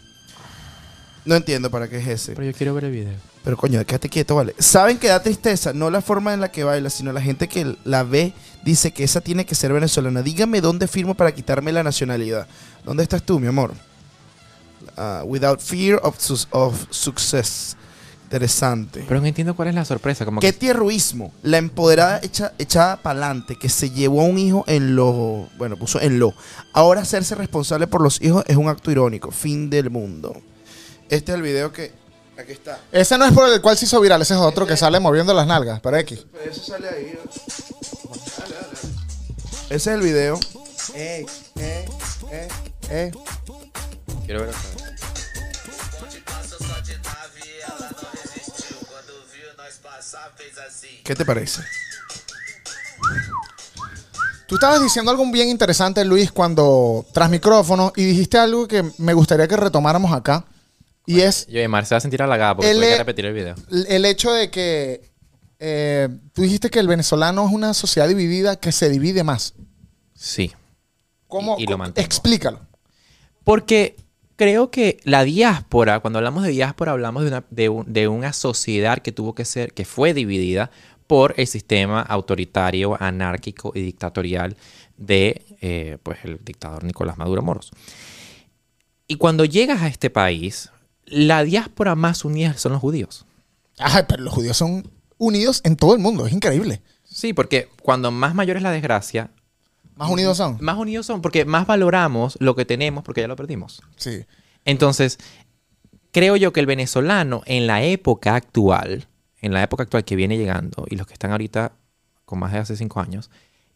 [SPEAKER 3] No entiendo para qué es ese.
[SPEAKER 4] Pero yo quiero ver el video.
[SPEAKER 3] Pero coño, quédate quieto, vale. Saben que da tristeza, no la forma en la que baila, sino la gente que la ve dice que esa tiene que ser venezolana. Dígame dónde firmo para quitarme la nacionalidad. ¿Dónde estás tú, mi amor? Ah, without fear of, sus- of success. Interesante.
[SPEAKER 4] Pero no entiendo cuál es la sorpresa. Como
[SPEAKER 3] Qué
[SPEAKER 4] que
[SPEAKER 3] tierruismo. La empoderada hecha, echada para adelante que se llevó a un hijo en lo. Bueno, puso en lo. Ahora hacerse responsable por los hijos es un acto irónico. Fin del mundo. Este es el video que. Aquí está.
[SPEAKER 2] Ese no es por el cual se hizo viral, ese es otro que sale moviendo las nalgas. Pero X.
[SPEAKER 3] Pero eso sale ahí. ¿no? Dale, dale, dale. Ese es el video.
[SPEAKER 2] Eh.
[SPEAKER 4] quiero ver.
[SPEAKER 3] ¿Qué te parece?
[SPEAKER 2] Tú estabas diciendo algo bien interesante, Luis, cuando tras micrófono y dijiste algo que me gustaría que retomáramos acá. Y es
[SPEAKER 4] Yo y Mar se va a sentir halagada porque
[SPEAKER 2] Él
[SPEAKER 4] tuve que
[SPEAKER 2] es-
[SPEAKER 4] repetir el video.
[SPEAKER 2] l- el hecho de que eh, tú dijiste que el venezolano es una sociedad dividida que se divide más.
[SPEAKER 4] Sí.
[SPEAKER 2] ¿Cómo?
[SPEAKER 4] Y- y lo
[SPEAKER 2] cómo-
[SPEAKER 4] mantengo.
[SPEAKER 2] explícalo.
[SPEAKER 4] Porque creo que la diáspora, cuando hablamos de diáspora, hablamos de una, de un- de una sociedad que tuvo que ser, que fue dividida por el sistema autoritario, anárquico y dictatorial de eh, pues, el dictador Nicolás Maduro Moros. Y cuando llegas a este país, la diáspora más unida son los judíos.
[SPEAKER 2] Ay, pero los judíos son unidos en todo el mundo, es increíble.
[SPEAKER 4] Sí, porque cuando más mayor es la desgracia,
[SPEAKER 2] Más unidos
[SPEAKER 3] Mm.
[SPEAKER 2] son.
[SPEAKER 4] más unidos son, porque más valoramos lo que tenemos porque ya lo perdimos.
[SPEAKER 2] Sí.
[SPEAKER 4] Entonces, creo yo que el venezolano en la época actual, en la época actual que viene llegando, y los que están ahorita con más de hace cinco años,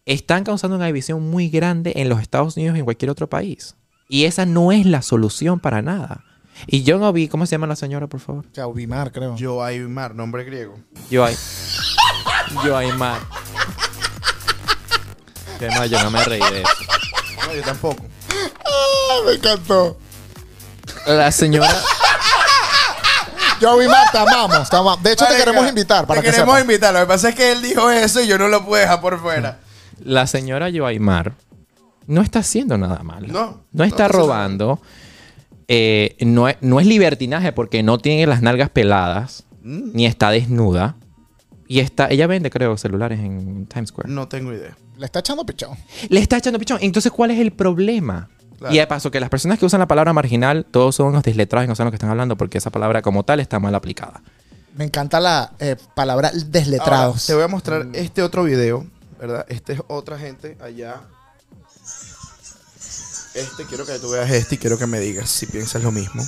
[SPEAKER 4] están causando una división muy grande en los Estados Unidos y en cualquier otro país. Y esa no es la solución para nada. Y yo no vi, ¿cómo se llama la señora, por favor?
[SPEAKER 2] Chauvimar, creo.
[SPEAKER 3] Yo hay mar, nombre griego.
[SPEAKER 4] Yo hay. Yo hay más. Que no, yo no me reí de eso.
[SPEAKER 3] No, yo tampoco.
[SPEAKER 2] Ah, me encantó.
[SPEAKER 4] La señora.
[SPEAKER 2] Chauvimar, te amamos. te amamos. De hecho, te
[SPEAKER 3] Marica,
[SPEAKER 2] queremos invitar para
[SPEAKER 3] te
[SPEAKER 2] que
[SPEAKER 3] queremos
[SPEAKER 2] sepas.
[SPEAKER 3] invitar. Lo que pasa es que él dijo eso y yo no lo pude dejar por fuera.
[SPEAKER 4] la señora Yoaimar no está haciendo nada malo.
[SPEAKER 3] No, no
[SPEAKER 4] No está
[SPEAKER 3] está
[SPEAKER 4] robando. Eh, no, es, no es libertinaje porque no tiene las nalgas peladas. Ni está desnuda. Y está, ella vende, creo, celulares en Times Square.
[SPEAKER 3] No tengo idea.
[SPEAKER 2] Le está echando pichón.
[SPEAKER 4] Le está echando pichón. Entonces, ¿cuál es el problema?
[SPEAKER 3] Claro.
[SPEAKER 4] Y de paso, que las personas que usan la palabra marginal, todos son unos desletrados y no saben lo que están hablando porque esa palabra como tal está mal aplicada.
[SPEAKER 2] Me encanta la eh, palabra
[SPEAKER 3] Ahora,
[SPEAKER 2] desletrados.
[SPEAKER 3] te voy a mostrar este otro video, ¿verdad? Este es otra gente allá. Este quiero que tú veas este y quiero que me digas si piensas lo mismo.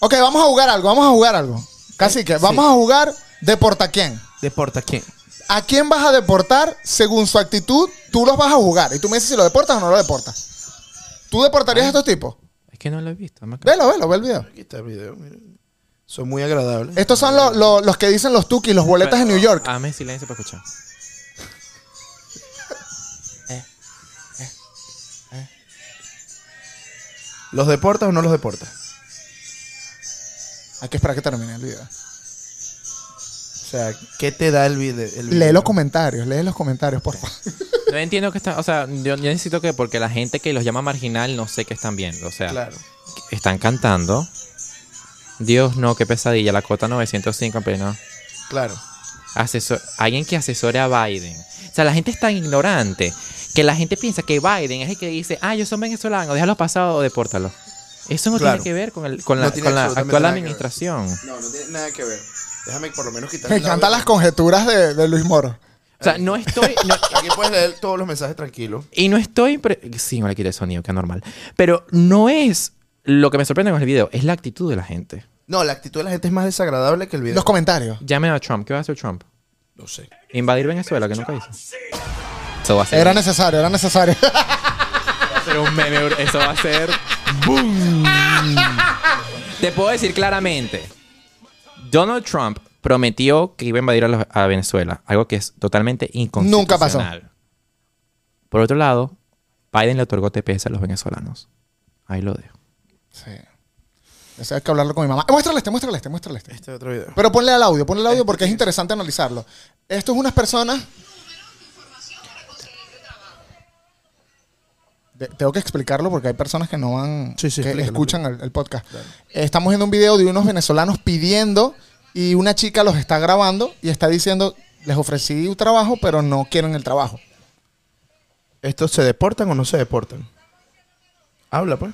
[SPEAKER 2] Ok, vamos a jugar algo. Vamos a jugar algo. Casi que vamos a jugar deporta quién.
[SPEAKER 3] Deporta quién.
[SPEAKER 2] ¿A quién vas a deportar según su actitud? Tú los vas a jugar. Y tú me dices si lo deportas o no lo deportas. ¿Tú deportarías a estos tipos?
[SPEAKER 4] Es que no lo he visto. me acabo-
[SPEAKER 2] Velo, velo, ve el video.
[SPEAKER 3] Aquí está el video, miren. Son muy agradables.
[SPEAKER 2] Estos son lo- lo- los que dicen los tukis, los boletas en New York.
[SPEAKER 4] Hazme silencio para escuchar.
[SPEAKER 3] ¿Los deportas o no los deportas?
[SPEAKER 2] Hay que esperar que termine el video.
[SPEAKER 3] O sea, ¿qué te da el vide- el video?
[SPEAKER 2] Lee los comentarios, lee los comentarios, por favor.
[SPEAKER 4] No entiendo que están, o sea, yo, yo necesito que, porque la gente que los llama marginal no sé qué están viendo, o sea,
[SPEAKER 3] Claro.
[SPEAKER 4] están cantando. Dios no, qué pesadilla, la cota 905 apenas.
[SPEAKER 3] Claro.
[SPEAKER 4] Asesor, alguien que asesore a Biden. O sea, la gente es tan ignorante que la gente piensa que Biden es el que dice, ah, yo soy venezolano, déjalo pasado o depórtalo. Eso no
[SPEAKER 3] Claro.
[SPEAKER 4] tiene que ver con, el, con
[SPEAKER 3] No
[SPEAKER 4] la,
[SPEAKER 3] tiene
[SPEAKER 4] con la
[SPEAKER 3] absolutamente
[SPEAKER 4] actual
[SPEAKER 3] nada que ver.
[SPEAKER 4] administración.
[SPEAKER 3] No, no tiene nada que ver. Déjame por lo menos quitar
[SPEAKER 2] Me
[SPEAKER 3] el
[SPEAKER 2] encantan
[SPEAKER 3] audio.
[SPEAKER 2] las conjeturas de, de Luis Moro.
[SPEAKER 4] O
[SPEAKER 3] Eh.
[SPEAKER 4] sea, no estoy... no-
[SPEAKER 3] *laughs* Aquí puedes leer todos los mensajes tranquilo.
[SPEAKER 4] Y no estoy. impre- Sí, no le quité el sonido, que normal. Pero no es lo que me sorprende con el video, es la actitud de la gente.
[SPEAKER 3] No, la actitud de la gente es más desagradable que el video.
[SPEAKER 2] Los comentarios.
[SPEAKER 4] Llame a Trump. ¿Qué va a hacer Trump?
[SPEAKER 3] no sé.
[SPEAKER 4] Invadir Venezuela, que nunca hizo. Eso va a ser.
[SPEAKER 2] Era necesario, era necesario.
[SPEAKER 4] va a ser un meme. bro. Eso va a ser. ¡Boom! Te puedo decir claramente: Donald Trump prometió que iba a invadir a, los- a Venezuela, algo que es totalmente inconstitucional.
[SPEAKER 2] Nunca pasó.
[SPEAKER 4] Por otro lado, Biden le otorgó TPS a los venezolanos. Ahí lo dejo.
[SPEAKER 2] sí. Eso hay que hablarlo con mi mamá. Eh, Muéstrale este, muéstrale este, muéstrale este.
[SPEAKER 3] Este otro video.
[SPEAKER 2] Pero ponle al audio, ponle al audio
[SPEAKER 3] Este,
[SPEAKER 2] porque es interesante analizarlo. Esto es unas personas. De- tengo que explicarlo porque hay personas que no van.
[SPEAKER 3] Sí, sí,
[SPEAKER 2] que
[SPEAKER 3] explícalo.
[SPEAKER 2] escuchan el, el podcast. Eh, Estamos viendo un video de unos venezolanos pidiendo y una chica los está grabando y está diciendo: Les ofrecí un trabajo, pero no quieren el trabajo.
[SPEAKER 3] ¿Estos se deportan o no se deportan? Habla, pues.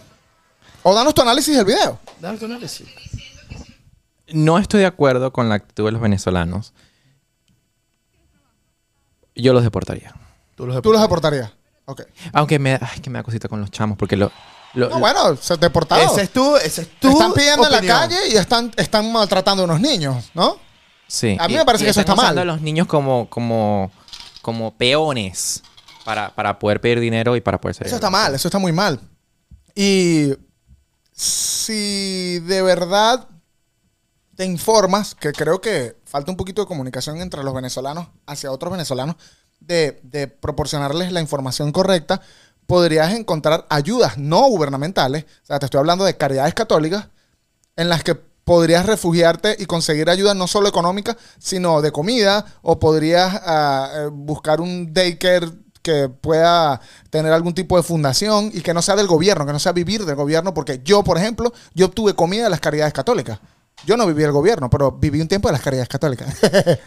[SPEAKER 2] O danos tu análisis del video.
[SPEAKER 3] Dame tu análisis.
[SPEAKER 4] no estoy de acuerdo con la actitud de los venezolanos. Yo los deportaría.
[SPEAKER 3] Tú los
[SPEAKER 2] Tú los
[SPEAKER 3] deportas.
[SPEAKER 2] aportarías. Ok.
[SPEAKER 4] Aunque me, ay, que me da cosita con los chamos, porque lo, lo-
[SPEAKER 2] No, bueno, se deportaron.
[SPEAKER 3] Ese es tú, ese es tú.
[SPEAKER 2] están pidiendo en la calle y están, están maltratando a unos niños, ¿no?
[SPEAKER 4] sí.
[SPEAKER 2] a mí
[SPEAKER 4] Y-
[SPEAKER 2] me parece
[SPEAKER 4] y
[SPEAKER 2] que eso
[SPEAKER 4] están
[SPEAKER 2] está mal.
[SPEAKER 4] usando a los niños como, como, como peones para, para poder pedir dinero y para poder ser.
[SPEAKER 2] Eso está mal, eso está muy mal. Y si de verdad te informas, que creo que falta un poquito de comunicación entre los venezolanos hacia otros venezolanos, de, de proporcionarles la información correcta, podrías encontrar ayudas no gubernamentales, o sea, te estoy hablando de caridades católicas, en las que podrías refugiarte y conseguir ayuda no solo económica, sino de comida, o podrías ah, eh, buscar un daycare que pueda tener algún tipo de fundación y que no sea del gobierno, que no sea vivir del gobierno, porque yo, por ejemplo, yo obtuve comida de las caridades católicas. Yo no viví el gobierno, pero viví un tiempo de las caridades católicas. *laughs*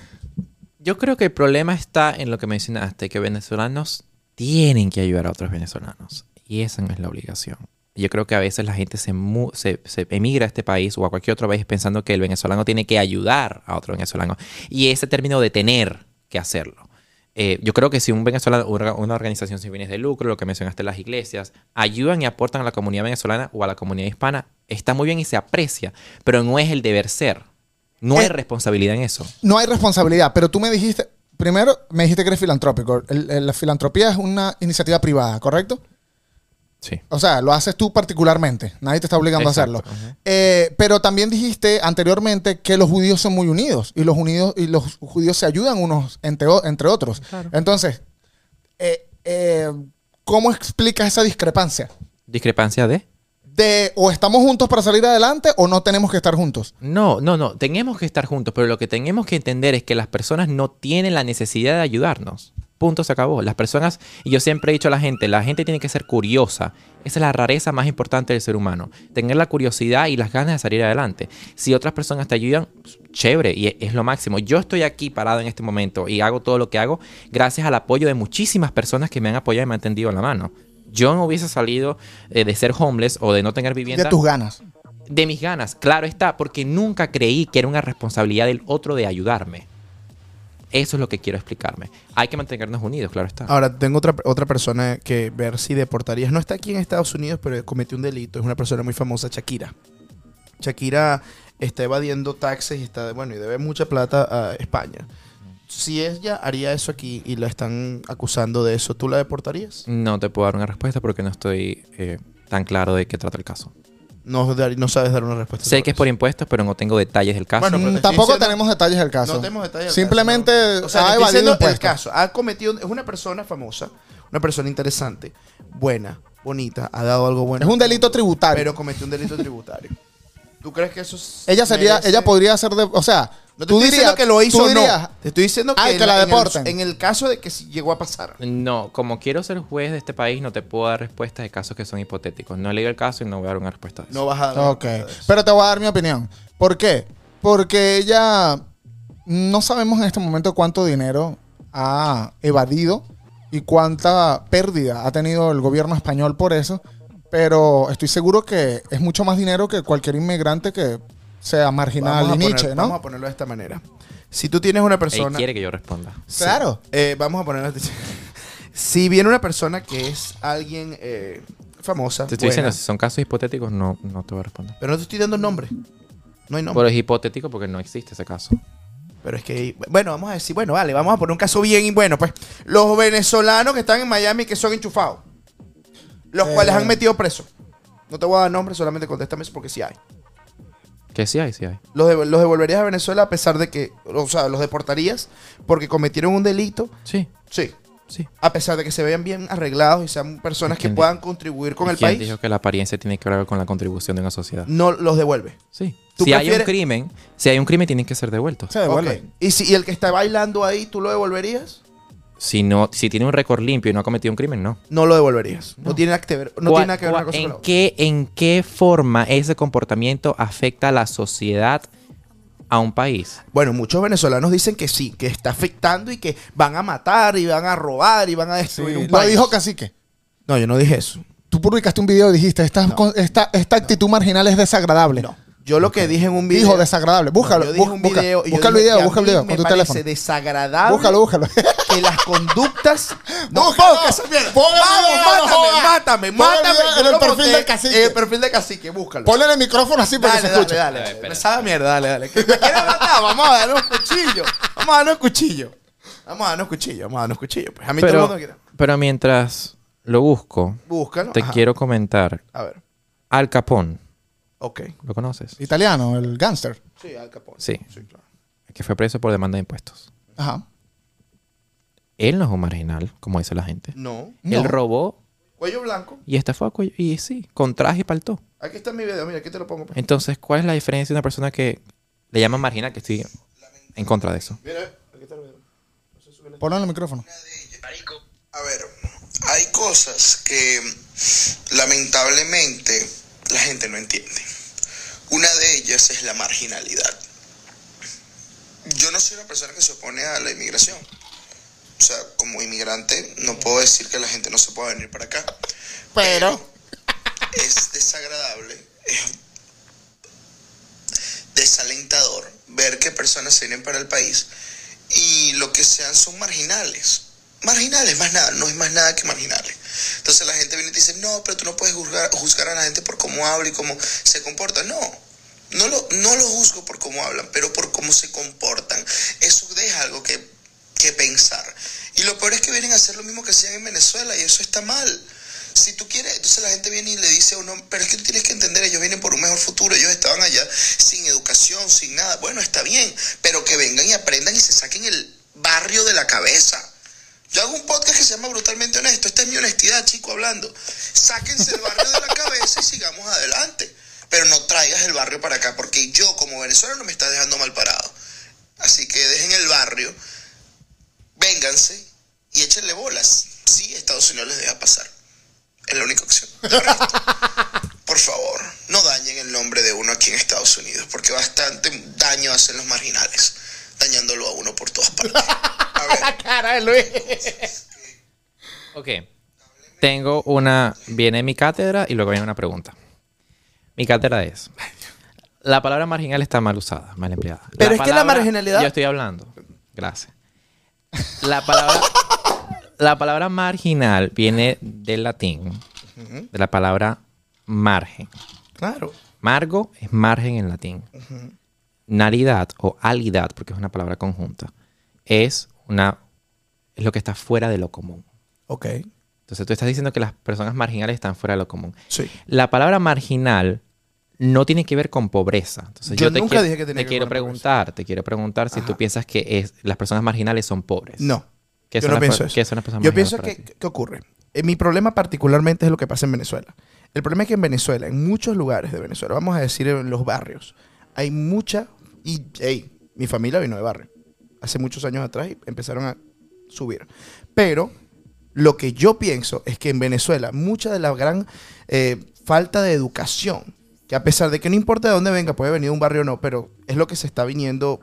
[SPEAKER 4] Yo creo que el problema está en lo que mencionaste, que venezolanos tienen que ayudar a otros venezolanos. Y esa no es la obligación. Yo creo que a veces la gente se, mu- se, se emigra a este país o a cualquier otro país pensando que el venezolano tiene que ayudar a otro venezolano. Y ese término de tener que hacerlo. eh, yo creo que si un venezolano, una una organización sin fines de lucro, lo que mencionaste, las iglesias, ayudan y aportan a la comunidad venezolana o a la comunidad hispana, está muy bien y se aprecia, pero no es el deber ser. No
[SPEAKER 2] Eh,
[SPEAKER 4] hay responsabilidad en eso.
[SPEAKER 2] No hay responsabilidad, pero tú me dijiste, primero me dijiste que eres filantrópico. El- el- la filantropía es una iniciativa privada, ¿correcto?
[SPEAKER 4] Sí.
[SPEAKER 2] O sea, lo haces tú particularmente. Nadie te está obligando a
[SPEAKER 4] Exacto,
[SPEAKER 2] hacerlo.
[SPEAKER 4] ajá.
[SPEAKER 2] Eh, pero también dijiste anteriormente que los judíos son muy unidos y los unidos y los judíos se ayudan unos entre, o- entre otros. Entonces, eh, eh, ¿cómo explicas esa discrepancia?
[SPEAKER 4] Discrepancia de...
[SPEAKER 2] De o estamos juntos para salir adelante o no tenemos que estar juntos.
[SPEAKER 4] No, no, no. Tenemos que estar juntos, pero lo que tenemos que entender es que las personas no tienen la necesidad de ayudarnos. Punto, se acabó. Las personas, y yo siempre he dicho a la gente, la gente tiene que ser curiosa. Esa es la rareza más importante del ser humano. Tener la curiosidad y las ganas de salir adelante. Si otras personas te ayudan, pues, chévere, y es- es lo máximo. Yo estoy aquí parado en este momento y hago todo lo que hago gracias al apoyo de muchísimas personas que me han apoyado y me han tendido la mano. Yo no hubiese salido eh, de ser homeless o de no tener vivienda
[SPEAKER 2] De tus ganas.
[SPEAKER 4] de mis ganas, claro está, porque nunca creí que era una responsabilidad del otro de ayudarme. Eso es lo que quiero explicarme. Hay que mantenernos unidos, claro está.
[SPEAKER 3] Ahora, tengo otra, otra persona que ver si deportarías. No está aquí en Estados Unidos, pero cometió un delito. Es una persona muy famosa, Shakira. Shakira está evadiendo taxes y está, bueno, y debe mucha plata a España. Si ella haría eso aquí y la están acusando de eso, ¿tú la deportarías?
[SPEAKER 4] No te puedo dar una respuesta porque no estoy eh, tan claro de qué trata el caso.
[SPEAKER 3] No, dar- no sabes dar una respuesta.
[SPEAKER 4] Sé que es por
[SPEAKER 3] sobre eso.
[SPEAKER 4] impuestos, pero no tengo detalles del caso.
[SPEAKER 3] Bueno, pero te
[SPEAKER 2] Mm,
[SPEAKER 3] estoy
[SPEAKER 2] tampoco
[SPEAKER 3] diciendo-
[SPEAKER 2] tenemos detalles del caso.
[SPEAKER 3] No tenemos detalles. del
[SPEAKER 2] Simplemente
[SPEAKER 3] caso, no. O sea,
[SPEAKER 2] ha
[SPEAKER 3] estoy
[SPEAKER 2] evadido
[SPEAKER 3] diciendo el
[SPEAKER 2] impuestos.
[SPEAKER 3] caso. Ha cometido. Es una persona famosa, una persona interesante, buena, bonita, ha dado algo bueno.
[SPEAKER 2] Es un delito tributario.
[SPEAKER 3] Pero cometió un delito tributario. ¿Tú crees que eso es.?
[SPEAKER 2] ella sería,
[SPEAKER 3] merece-
[SPEAKER 2] ella podría ser de, o sea,
[SPEAKER 3] No te
[SPEAKER 2] tú
[SPEAKER 3] estoy diciendo
[SPEAKER 2] dirías
[SPEAKER 3] que lo hizo
[SPEAKER 2] tú
[SPEAKER 3] o
[SPEAKER 2] dirías,
[SPEAKER 3] no. Te estoy diciendo que,
[SPEAKER 2] "Ay, que
[SPEAKER 3] en-
[SPEAKER 2] la
[SPEAKER 3] en el-
[SPEAKER 2] deporten".
[SPEAKER 3] En el, caso de que sí llegó a pasar.
[SPEAKER 4] No, como quiero ser juez de este país, no te puedo dar respuestas de casos que son hipotéticos. No he leído el caso y no voy a dar una respuesta de eso.
[SPEAKER 3] No vas a.
[SPEAKER 2] Ok, pero te voy a dar mi opinión. ¿Por qué? Porque ella no sabemos en este momento cuánto dinero ha evadido y cuánta pérdida ha tenido el gobierno español por eso, pero estoy seguro que es mucho más dinero que cualquier inmigrante que sea marginal
[SPEAKER 3] Vamos a
[SPEAKER 2] y
[SPEAKER 3] poner-
[SPEAKER 2] niche,
[SPEAKER 3] Vamos
[SPEAKER 2] ¿no?
[SPEAKER 3] a ponerlo de esta manera. Si tú tienes una
[SPEAKER 4] Él
[SPEAKER 3] persona.
[SPEAKER 4] quiere que yo responda.
[SPEAKER 3] Sí.
[SPEAKER 2] Claro.
[SPEAKER 3] Eh, vamos a ponerlo. *laughs* si viene una persona que es alguien eh, famosa.
[SPEAKER 4] Te estoy
[SPEAKER 3] buena,
[SPEAKER 4] diciendo, si son casos hipotéticos, no, no te voy a responder.
[SPEAKER 3] Pero no te estoy dando nombre. No hay nombre.
[SPEAKER 4] Pero es hipotético porque no existe ese caso.
[SPEAKER 3] Pero es que, bueno, vamos a decir, bueno, vale, vamos a poner un caso bien y bueno, pues los venezolanos que están en Miami que son enchufados, los
[SPEAKER 2] Eh.
[SPEAKER 3] cuales han metido preso. No te voy a dar nombre, solamente contéstame eso porque sí hay.
[SPEAKER 4] Que sí hay, sí hay.
[SPEAKER 3] Los, dev- los devolverías a Venezuela a pesar de que, o sea, los deportarías porque cometieron un delito,
[SPEAKER 4] Sí,
[SPEAKER 3] sí,
[SPEAKER 4] sí.
[SPEAKER 3] a pesar de que se vean bien arreglados y sean personas
[SPEAKER 4] ¿Y
[SPEAKER 3] que
[SPEAKER 4] quién
[SPEAKER 3] puedan contribuir con
[SPEAKER 4] ¿Y
[SPEAKER 3] el
[SPEAKER 4] quién
[SPEAKER 3] país,
[SPEAKER 4] dijo que la apariencia tiene que ver con la contribución de una sociedad?
[SPEAKER 3] no los devuelve.
[SPEAKER 4] Sí.
[SPEAKER 3] ¿Tú
[SPEAKER 4] Si hay un
[SPEAKER 3] prefieres-
[SPEAKER 4] crimen, si hay un crimen tienen que ser devueltos.
[SPEAKER 2] Se devuelve.
[SPEAKER 3] Ok. ¿Y, si, ¿Y el que está bailando ahí, tú lo devolverías?
[SPEAKER 4] Si no, si tiene un récord limpio y no ha cometido un crimen, no.
[SPEAKER 3] No lo devolverías. No, tiene nada que ver, no tiene
[SPEAKER 4] ¿Cuál-
[SPEAKER 3] nada que ver una
[SPEAKER 4] cuál-
[SPEAKER 3] cosa con la
[SPEAKER 4] ¿En
[SPEAKER 3] otra.
[SPEAKER 4] qué, en qué forma ese comportamiento afecta a la sociedad a un país?
[SPEAKER 3] Bueno, muchos venezolanos dicen que sí, que está afectando y que van a matar y van a robar y van a
[SPEAKER 2] Sí,
[SPEAKER 3] destruir un
[SPEAKER 2] lo
[SPEAKER 3] país.
[SPEAKER 2] dijo Cacique.
[SPEAKER 3] No, yo no dije eso.
[SPEAKER 2] Tú publicaste un video y dijiste, esta, con- esta, esta actitud marginal es desagradable.
[SPEAKER 3] No. Yo lo que dije en un video.
[SPEAKER 2] Dijo desagradable. Búscalo,
[SPEAKER 3] yo dije
[SPEAKER 2] bu-
[SPEAKER 3] un
[SPEAKER 2] busca-
[SPEAKER 3] video y yo
[SPEAKER 2] busca el
[SPEAKER 3] dije
[SPEAKER 2] video,
[SPEAKER 3] que a
[SPEAKER 2] busca el
[SPEAKER 3] mí
[SPEAKER 2] video
[SPEAKER 3] Me
[SPEAKER 2] con tu
[SPEAKER 3] parece
[SPEAKER 2] teléfono.
[SPEAKER 3] desagradable.
[SPEAKER 2] Búscalo, búscalo.
[SPEAKER 3] *laughs* Que las
[SPEAKER 2] *laughs*
[SPEAKER 3] conductas. No,
[SPEAKER 2] Búscalo.
[SPEAKER 3] ponga esa mierda.
[SPEAKER 2] Ponga el
[SPEAKER 3] Vamos,
[SPEAKER 2] video, no jodas.
[SPEAKER 3] mátame, mátame,
[SPEAKER 2] Ponga el
[SPEAKER 3] mátame.
[SPEAKER 2] video
[SPEAKER 3] Yo
[SPEAKER 2] en el
[SPEAKER 3] lo
[SPEAKER 2] perfil
[SPEAKER 3] boté
[SPEAKER 2] del cacique.
[SPEAKER 3] En el perfil del cacique, búscalo.
[SPEAKER 2] Ponle en el micrófono así para
[SPEAKER 3] Dale,
[SPEAKER 2] que se
[SPEAKER 3] dale,
[SPEAKER 2] escuche.
[SPEAKER 3] dale, dale. Esa mierda, dale, dale. Que me quiere matar, vamos a darnos cuchillo. Vamos a darnos cuchillo. Vamos a darnos cuchillo, vamos a darnos cuchillo. Pues a mí todo el
[SPEAKER 4] Pero,
[SPEAKER 3] mundo quiere.
[SPEAKER 4] pero mientras lo busco,
[SPEAKER 3] Búscalo.
[SPEAKER 4] te
[SPEAKER 3] ajá.
[SPEAKER 4] quiero comentar.
[SPEAKER 3] A ver.
[SPEAKER 4] Al Capón,
[SPEAKER 3] Ok.
[SPEAKER 4] ¿lo conoces?
[SPEAKER 2] Italiano, el gangster.
[SPEAKER 3] Sí, Al Capone.
[SPEAKER 4] Sí.
[SPEAKER 3] claro.
[SPEAKER 4] Que fue preso por demanda de impuestos.
[SPEAKER 2] Ajá.
[SPEAKER 4] Él no es un marginal, como dice la gente.
[SPEAKER 3] No.
[SPEAKER 4] Él robó
[SPEAKER 3] Cuello blanco.
[SPEAKER 4] y estafó a cuello. Y sí, con traje y paltó.
[SPEAKER 3] Aquí está mi video, mira, aquí te lo pongo. pues.
[SPEAKER 4] Entonces, ¿cuál es la diferencia de una persona que le llaman marginal, que estoy en contra de eso?
[SPEAKER 3] Mira, aquí está el video.
[SPEAKER 2] Ponle en el micrófono.
[SPEAKER 6] A ver, hay cosas que lamentablemente la gente no entiende. Una de ellas es la marginalidad. Yo no soy una persona que se opone a la inmigración. O sea, como inmigrante no puedo decir que la gente no se pueda venir para acá. Pero es desagradable, es desalentador ver que personas se vienen para el país y lo que sean son marginales. Marginales, más nada, no es más nada que marginales. Entonces la gente viene y te dice, no, pero tú no puedes juzgar, juzgar a la gente por cómo habla y cómo se comporta. No, no lo, no lo juzgo por cómo hablan, pero por cómo se comportan. Eso deja algo que, que pensar. Y lo peor es que vienen a hacer lo mismo que hacían en Venezuela y eso está mal. Si tú quieres, entonces la gente viene y le dice a uno, pero es que tú tienes que entender, ellos vienen por un mejor futuro, ellos estaban allá sin educación, sin nada. Bueno, está bien, pero que vengan y aprendan y se saquen el barrio de la cabeza. Yo hago un podcast que se llama Brutalmente Honesto, esta es mi honestidad, chico, hablando. Sáquense el barrio de la cabeza y sigamos adelante. Pero no traigas el barrio para acá, porque yo como venezolano me está dejando mal parado. Así que dejen el barrio, vénganse y échenle bolas. Sí, Estados Unidos les deja pasar. Es la única opción. De resto, *laughs* por favor, no dañen el nombre de uno aquí en Estados Unidos, porque bastante daño hacen los marginales, dañándolo a uno por todas partes. A ver,
[SPEAKER 2] Cara de Luis.
[SPEAKER 4] Ok. Tengo una. Viene mi cátedra y luego viene una pregunta. Mi cátedra es. La palabra marginal está mal usada, mal empleada.
[SPEAKER 3] Pero es que la
[SPEAKER 4] palabra-
[SPEAKER 3] marginalidad-
[SPEAKER 4] Yo estoy hablando. Gracias. La palabra. la palabra marginal viene del latín, de la palabra margen.
[SPEAKER 3] Claro.
[SPEAKER 4] Margo es margen en latín. Nalidad o alidad, porque es una palabra conjunta, es una. Es lo que está fuera de lo común.
[SPEAKER 3] Ok.
[SPEAKER 4] Entonces tú estás diciendo que las personas marginales están fuera de lo común.
[SPEAKER 3] Sí.
[SPEAKER 4] La palabra marginal no tiene que ver con pobreza. Entonces, yo,
[SPEAKER 3] Yo
[SPEAKER 4] te
[SPEAKER 3] nunca
[SPEAKER 4] quiero,
[SPEAKER 3] dije que tenía
[SPEAKER 4] te
[SPEAKER 3] que ver
[SPEAKER 4] quiero
[SPEAKER 3] con la
[SPEAKER 4] preguntar, te quiero preguntar si tú piensas que es, las personas marginales son pobres.
[SPEAKER 3] No.
[SPEAKER 4] ¿Qué
[SPEAKER 3] yo
[SPEAKER 4] son
[SPEAKER 3] no
[SPEAKER 4] las per-
[SPEAKER 3] pienso eso.
[SPEAKER 4] qué son las personas
[SPEAKER 3] yo
[SPEAKER 4] marginales
[SPEAKER 3] pienso
[SPEAKER 4] para
[SPEAKER 3] que,
[SPEAKER 4] ti?
[SPEAKER 3] ¿qué ocurre? Eh, mi problema particularmente es lo que pasa en Venezuela. El problema es que en Venezuela, en muchos lugares de Venezuela, vamos a decir en los barrios, hay mucha... Y, hey, mi familia vino de barrio. Hace muchos años atrás y empezaron a subir. Pero lo que yo pienso es que en Venezuela mucha de la gran eh, falta de educación, que a pesar de que no importa de dónde venga, puede venir de un barrio o no, pero es lo que se está viniendo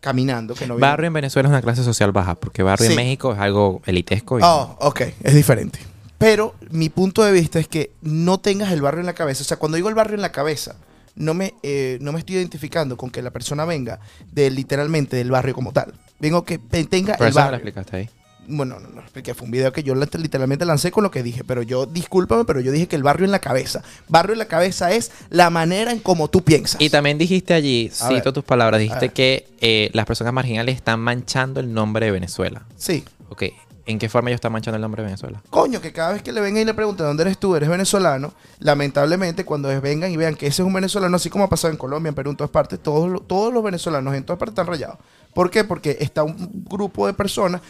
[SPEAKER 3] caminando, que no viene-
[SPEAKER 4] Barrio en Venezuela es una clase social baja, porque barrio
[SPEAKER 3] Sí.
[SPEAKER 4] en México es algo elitesco. y-
[SPEAKER 3] Oh, ok, es diferente. Pero mi punto de vista es que no tengas el barrio en la cabeza. O sea, cuando digo el barrio en la cabeza, no me, eh, no me estoy identificando con que la persona venga de literalmente del barrio como tal. Vengo que te- tenga
[SPEAKER 4] Pero
[SPEAKER 3] el
[SPEAKER 4] eso no lo
[SPEAKER 3] barrio.
[SPEAKER 4] explicaste ahí.
[SPEAKER 3] Bueno, no, no, porque fue un video que yo la- literalmente lancé con lo que dije, pero yo, discúlpame, pero yo dije que el barrio en la cabeza. Barrio en la cabeza es la manera en cómo tú piensas.
[SPEAKER 4] Y también dijiste allí,
[SPEAKER 3] A
[SPEAKER 4] cito
[SPEAKER 3] ver.
[SPEAKER 4] tus palabras, dijiste
[SPEAKER 3] ver.
[SPEAKER 4] que eh, las personas marginales están manchando el nombre de Venezuela.
[SPEAKER 3] sí.
[SPEAKER 4] Ok, ¿en qué forma ellos están manchando el nombre de Venezuela?
[SPEAKER 3] Coño, que cada vez que le vengan y le pregunten dónde eres tú, eres venezolano, lamentablemente cuando es- vengan y vean que ese es un venezolano, así como ha pasado en Colombia, en Perú, en todas partes, todos, lo- todos los venezolanos en todas partes están rayados. ¿Por qué? Porque está un grupo de personas,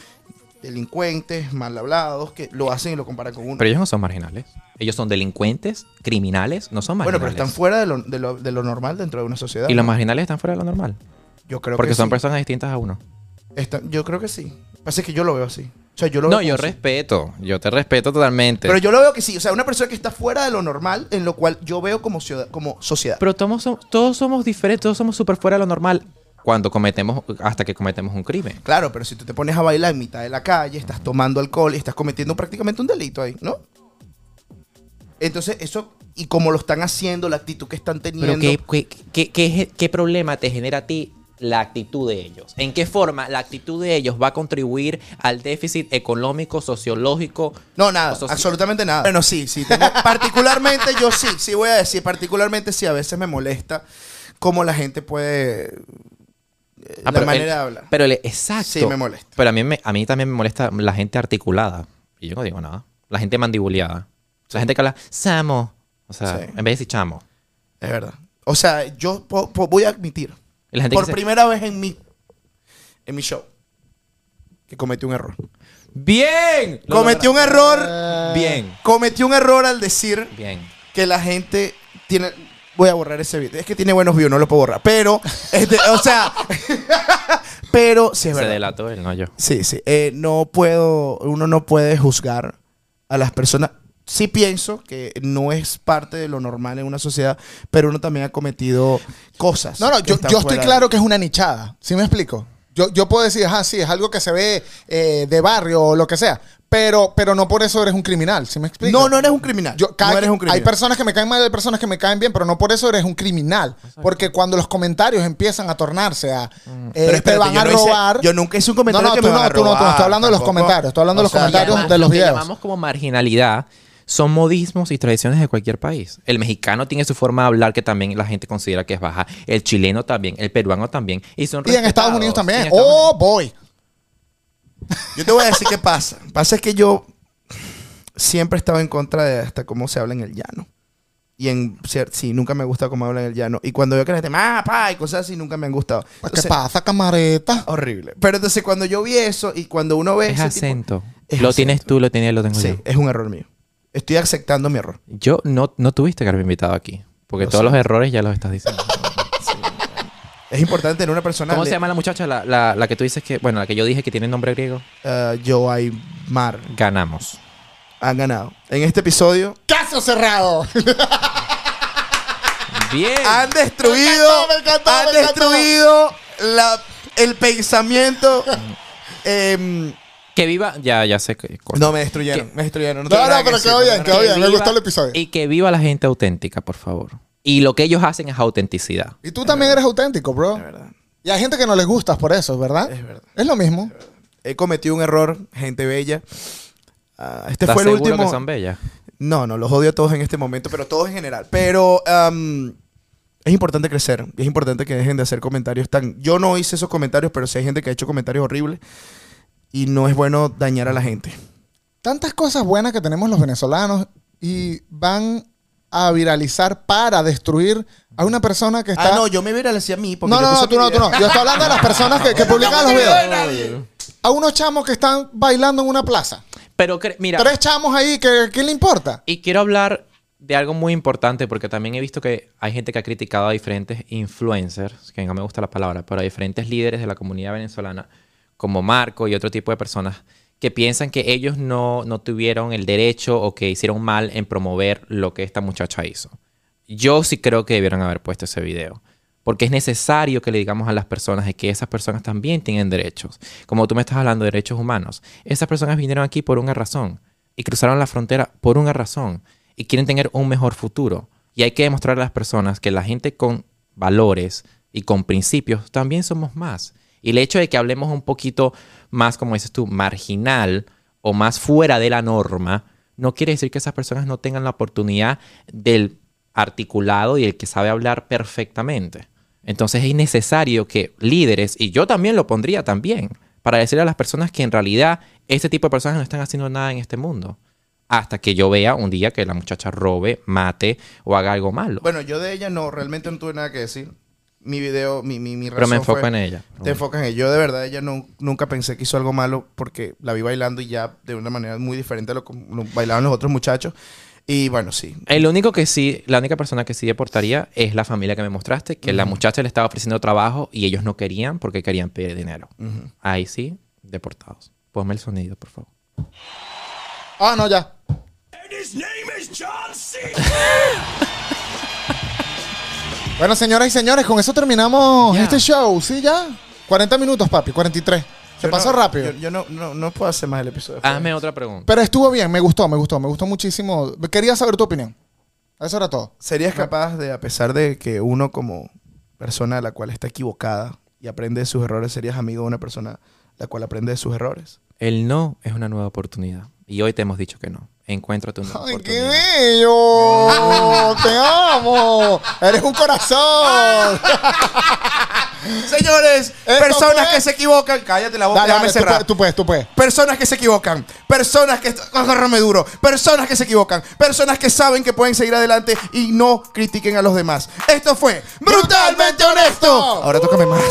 [SPEAKER 3] delincuentes, mal hablados, que lo hacen y lo comparan con uno.
[SPEAKER 4] Pero ellos no son marginales. Ellos son delincuentes, criminales, no son
[SPEAKER 3] bueno,
[SPEAKER 4] marginales.
[SPEAKER 3] pero están fuera de lo, de lo- de lo normal dentro de una sociedad.
[SPEAKER 4] Y los marginales están fuera de lo normal.
[SPEAKER 3] yo creo
[SPEAKER 4] Porque
[SPEAKER 3] que
[SPEAKER 4] son
[SPEAKER 3] sí.
[SPEAKER 4] personas distintas a uno.
[SPEAKER 3] Están- yo creo que sí. Pasa que yo lo veo así. O sea, yo lo
[SPEAKER 4] No,
[SPEAKER 3] veo
[SPEAKER 4] yo
[SPEAKER 3] como así.
[SPEAKER 4] respeto. Yo te respeto totalmente.
[SPEAKER 3] Pero
[SPEAKER 4] Pero,
[SPEAKER 3] yo lo veo que sí. O sea, una persona que está fuera de lo normal, en lo cual yo veo como, ciudad- como sociedad.
[SPEAKER 4] todos, somos, todos somos diferentes, todos somos súper fuera de lo normal cuando cometemos, hasta que cometemos un crimen.
[SPEAKER 3] Claro, pero si tú te pones a bailar en mitad de la calle, estás tomando alcohol y estás cometiendo prácticamente un delito ahí, ¿no? Entonces, eso, y como lo están haciendo, la actitud que están teniendo.
[SPEAKER 4] Pero ¿qué, qué, qué- qué- qué problema te genera a ti la actitud de ellos? ¿En qué forma la actitud de ellos va a contribuir al déficit económico, sociológico?
[SPEAKER 3] No, nada,
[SPEAKER 4] Eso sí.
[SPEAKER 3] absolutamente nada. Bueno, sí, sí. *laughs* tengo- particularmente yo sí, sí voy a decir, particularmente sí, a veces me molesta cómo la gente puede... eh,
[SPEAKER 4] Ah,
[SPEAKER 3] la
[SPEAKER 4] el-
[SPEAKER 3] manera de hablar.
[SPEAKER 4] Pero el- exacto.
[SPEAKER 3] Sí, me molesta.
[SPEAKER 4] Pero a mí, me- a mí también me molesta la gente articulada. Y yo no digo nada. La gente mandibuleada. La gente que habla, Samo. O sea,
[SPEAKER 3] Sí.
[SPEAKER 4] en vez de decir chamo.
[SPEAKER 3] Es verdad. O sea, yo po- po- voy a admitir,
[SPEAKER 4] Y la gente
[SPEAKER 3] por
[SPEAKER 4] que dice,
[SPEAKER 3] primera vez en mi, en mi show, que cometí un error.
[SPEAKER 4] ¡Bien! Lo
[SPEAKER 3] Cometí un error...
[SPEAKER 4] logra- Eh. Bien.
[SPEAKER 3] Cometí un error al decir
[SPEAKER 4] Bien.
[SPEAKER 3] que la gente tiene. Voy a borrar ese video. Es que tiene buenos views, no lo puedo borrar. Pero, este, o sea. *laughs* pero, sí, es
[SPEAKER 4] Se
[SPEAKER 3] verdad.
[SPEAKER 4] delató él, no yo.
[SPEAKER 3] Sí, sí. Eh, no puedo. Uno no puede juzgar a las personas. Sí pienso que no es parte de lo normal en una sociedad, pero uno también ha cometido cosas.
[SPEAKER 2] No, no,
[SPEAKER 3] que
[SPEAKER 2] yo,
[SPEAKER 3] están
[SPEAKER 2] yo estoy
[SPEAKER 3] fuera de-
[SPEAKER 2] claro que es una nichada. ¿Sí me explico? Yo, yo puedo decir, ah, sí, es algo que se ve eh, de barrio o lo que sea. Pero, pero no por eso eres un criminal, ¿sí me explico?
[SPEAKER 3] No, no eres un criminal.
[SPEAKER 2] Yo, cada
[SPEAKER 3] no eres
[SPEAKER 2] que-
[SPEAKER 3] un criminal.
[SPEAKER 2] Hay personas que me caen mal, hay personas que me caen bien, pero no por eso eres un criminal. Porque cuando los comentarios empiezan a tornarse a eh,
[SPEAKER 3] Mm. Pero
[SPEAKER 2] te
[SPEAKER 3] espérate,
[SPEAKER 2] van
[SPEAKER 3] yo
[SPEAKER 2] a
[SPEAKER 3] no hice-
[SPEAKER 2] robar.
[SPEAKER 3] yo nunca hice un
[SPEAKER 2] No,
[SPEAKER 3] comentario
[SPEAKER 2] no,
[SPEAKER 3] que
[SPEAKER 2] tú
[SPEAKER 3] me
[SPEAKER 2] no,
[SPEAKER 3] van a
[SPEAKER 2] tú no, tú no.
[SPEAKER 3] robar,
[SPEAKER 2] Estoy hablando de los
[SPEAKER 3] tampoco.
[SPEAKER 2] comentarios, estoy hablando de
[SPEAKER 3] O
[SPEAKER 2] los
[SPEAKER 3] sea,
[SPEAKER 4] Y
[SPEAKER 2] comentarios
[SPEAKER 4] además,
[SPEAKER 2] de los
[SPEAKER 4] lo que
[SPEAKER 2] videos.
[SPEAKER 4] llamamos como marginalidad son modismos y tradiciones de cualquier país. El mexicano tiene su forma de hablar que también la gente considera que es baja. El chileno también, el peruano también. Y, son
[SPEAKER 2] Y en Estados
[SPEAKER 4] respetados.
[SPEAKER 2] Unidos
[SPEAKER 4] Y en
[SPEAKER 2] también.
[SPEAKER 4] Estados
[SPEAKER 2] Oh, boy.
[SPEAKER 3] Yo te voy a decir qué pasa. Pasa es que yo siempre he estado en contra de hasta cómo se habla en el llano. Y en cier- sí, nunca me ha gustado cómo hablan en el llano. Y cuando veo que la gente, ah, pa, y cosas así, nunca me han gustado.
[SPEAKER 2] Pues, ¿Qué
[SPEAKER 3] Entonces,
[SPEAKER 2] pasa, camareta?
[SPEAKER 3] Horrible. Pero entonces cuando yo vi eso y cuando uno
[SPEAKER 2] pues,
[SPEAKER 3] ve
[SPEAKER 4] Es
[SPEAKER 3] ese tipo-
[SPEAKER 4] acento.
[SPEAKER 3] Es
[SPEAKER 4] lo
[SPEAKER 3] acento.
[SPEAKER 4] tienes tú, lo tienes, lo tengo
[SPEAKER 3] Sí,
[SPEAKER 4] yo.
[SPEAKER 3] es un error mío. Estoy aceptando mi error.
[SPEAKER 4] Yo no, no tuviste que haberme invitado aquí. Porque
[SPEAKER 3] Lo
[SPEAKER 4] todos
[SPEAKER 3] sé.
[SPEAKER 4] los errores ya los
[SPEAKER 2] *laughs*
[SPEAKER 4] estás diciendo.
[SPEAKER 3] Es importante tener una persona.
[SPEAKER 4] ¿Cómo se
[SPEAKER 3] le-
[SPEAKER 4] llama la muchacha? La, la- la que tú dices que, bueno, la que yo dije que tiene nombre griego.
[SPEAKER 3] Eh, yo Aymar.
[SPEAKER 4] Ganamos.
[SPEAKER 3] Han ganado. En este episodio
[SPEAKER 2] Caso cerrado.
[SPEAKER 4] Bien.
[SPEAKER 2] Ah,
[SPEAKER 3] han destruido.
[SPEAKER 2] Me encantó, me
[SPEAKER 3] han
[SPEAKER 2] encantó.
[SPEAKER 3] destruido la- el pensamiento. *laughs* em,
[SPEAKER 4] Que viva. Ya, ya sé que.
[SPEAKER 3] no, me destruyeron. Me destruyeron.
[SPEAKER 2] No,
[SPEAKER 3] tengo
[SPEAKER 2] no,
[SPEAKER 3] nada que
[SPEAKER 2] pero
[SPEAKER 3] decir,
[SPEAKER 2] quedó
[SPEAKER 3] no
[SPEAKER 2] bien,
[SPEAKER 3] tengo
[SPEAKER 2] quedó
[SPEAKER 3] nada que
[SPEAKER 2] bien. me
[SPEAKER 4] viva-
[SPEAKER 2] gustó el episodio.
[SPEAKER 4] Y que viva la gente auténtica, por favor. Y lo que ellos hacen es autenticidad.
[SPEAKER 2] Y tú también eres auténtico, bro.
[SPEAKER 3] decir, de verdad.
[SPEAKER 2] Y hay gente que no les gustas por eso, ¿verdad?
[SPEAKER 3] Es verdad.
[SPEAKER 2] Es lo mismo.
[SPEAKER 3] He cometido un error, gente bella. Ah, este
[SPEAKER 4] ¿Estás
[SPEAKER 3] fue el
[SPEAKER 4] seguro
[SPEAKER 3] último.
[SPEAKER 4] que son bellas?
[SPEAKER 3] No, no, los odio a todos en este momento, pero todos en general. Pero am, es importante crecer. y Es importante que dejen de hacer comentarios tan... Yo no hice esos comentarios, pero sí hay gente que ha hecho comentarios horribles. Y no es bueno dañar a la gente.
[SPEAKER 2] Tantas cosas buenas que tenemos los venezolanos y van a viralizar para destruir a una persona que está.
[SPEAKER 3] Ah, no, yo me viralicé a mí. Porque
[SPEAKER 2] no,
[SPEAKER 3] yo
[SPEAKER 2] no,
[SPEAKER 3] puse
[SPEAKER 2] no, tú
[SPEAKER 3] mi
[SPEAKER 2] no, tú
[SPEAKER 3] video.
[SPEAKER 2] no.
[SPEAKER 3] *laughs*
[SPEAKER 2] Yo estoy hablando de las personas que, que publican los videos. A unos chamos que están bailando en una plaza.
[SPEAKER 4] Pero cre- mira.
[SPEAKER 2] Tres chamos ahí, que, ¿qué le importa?
[SPEAKER 4] Y quiero hablar de algo muy importante porque también he visto que hay gente que ha criticado a diferentes influencers, que no me gusta la palabra, pero a diferentes líderes de la comunidad venezolana, como Marco y otro tipo de personas, que piensan que ellos no, no tuvieron el derecho o que hicieron mal en promover lo que esta muchacha hizo. Yo sí creo que debieron haber puesto ese video. Porque es necesario que le digamos a las personas de que esas personas también tienen derechos. Como tú me estás hablando de derechos humanos. Esas personas vinieron aquí por una razón. Y cruzaron la frontera por una razón. Y quieren tener un mejor futuro. Y hay que demostrar a las personas que la gente con valores y con principios también somos más. Y el hecho de que hablemos un poquito más, como dices tú, marginal o más fuera de la norma, no quiere decir que esas personas no tengan la oportunidad del articulado y el que sabe hablar perfectamente. Entonces es necesario que líderes, y yo también lo pondría también, para decirle a las personas que en realidad este tipo de personas no están haciendo nada en este mundo. Hasta que yo vea un día que la muchacha robe, mate o haga algo malo.
[SPEAKER 3] Bueno, yo de ella no, realmente no tuve nada que decir. Mi video, mi, mi, mi razón
[SPEAKER 4] Pero me enfoco
[SPEAKER 3] fue-
[SPEAKER 4] en ella.
[SPEAKER 3] Te enfocas en ella. Yo de verdad, ella no, nunca pensé que hizo algo malo porque la vi bailando y ya de una manera muy diferente a lo que lo bailaban los otros muchachos. Y bueno, sí,
[SPEAKER 4] El único que sí, la única persona que sí deportaría es la familia que me mostraste, que la muchacha le estaba ofreciendo trabajo y ellos no querían porque querían pedir dinero. Ahí sí, deportados. Ponme el sonido, por favor.
[SPEAKER 2] Ah, no, ya. Bueno, señoras y señores, con eso terminamos
[SPEAKER 4] Ya.
[SPEAKER 2] este show, ¿sí? Ya. 40 minutos, papi, 43. Se
[SPEAKER 3] Yo
[SPEAKER 2] pasó
[SPEAKER 3] no-
[SPEAKER 2] rápido.
[SPEAKER 3] Yo, yo no, no, no puedo hacer más el episodio.
[SPEAKER 4] Hazme otra pregunta.
[SPEAKER 2] Pero estuvo bien, me gustó, me gustó, me gustó muchísimo. Quería saber tu opinión. Eso era todo.
[SPEAKER 3] ¿Serías capaz de, a pesar de que uno como persona a la cual está equivocada y aprende de sus errores, serías amigo de una persona la cual aprende de sus errores?
[SPEAKER 4] El no es una nueva oportunidad. Y hoy te hemos dicho que no. Encuentra tu nueva
[SPEAKER 2] ¡Ay, qué bello!
[SPEAKER 4] oportunidad.
[SPEAKER 3] *laughs*
[SPEAKER 2] ¡Te amo! ¡Eres un
[SPEAKER 3] Ah,
[SPEAKER 2] corazón!
[SPEAKER 3] Señores,
[SPEAKER 2] Esto
[SPEAKER 3] personas
[SPEAKER 2] fue-
[SPEAKER 3] que se equivocan, cállate la boca,
[SPEAKER 2] Dale,
[SPEAKER 3] déjame
[SPEAKER 2] dale, tú
[SPEAKER 3] cerrar.
[SPEAKER 2] puedes, tú puedes, tú puedes.
[SPEAKER 3] Personas que se equivocan, personas que agárrame duro, personas que se equivocan, personas que saben que pueden seguir adelante y no critiquen a los demás. Esto fue brutalmente honesto. Ahora tócame más.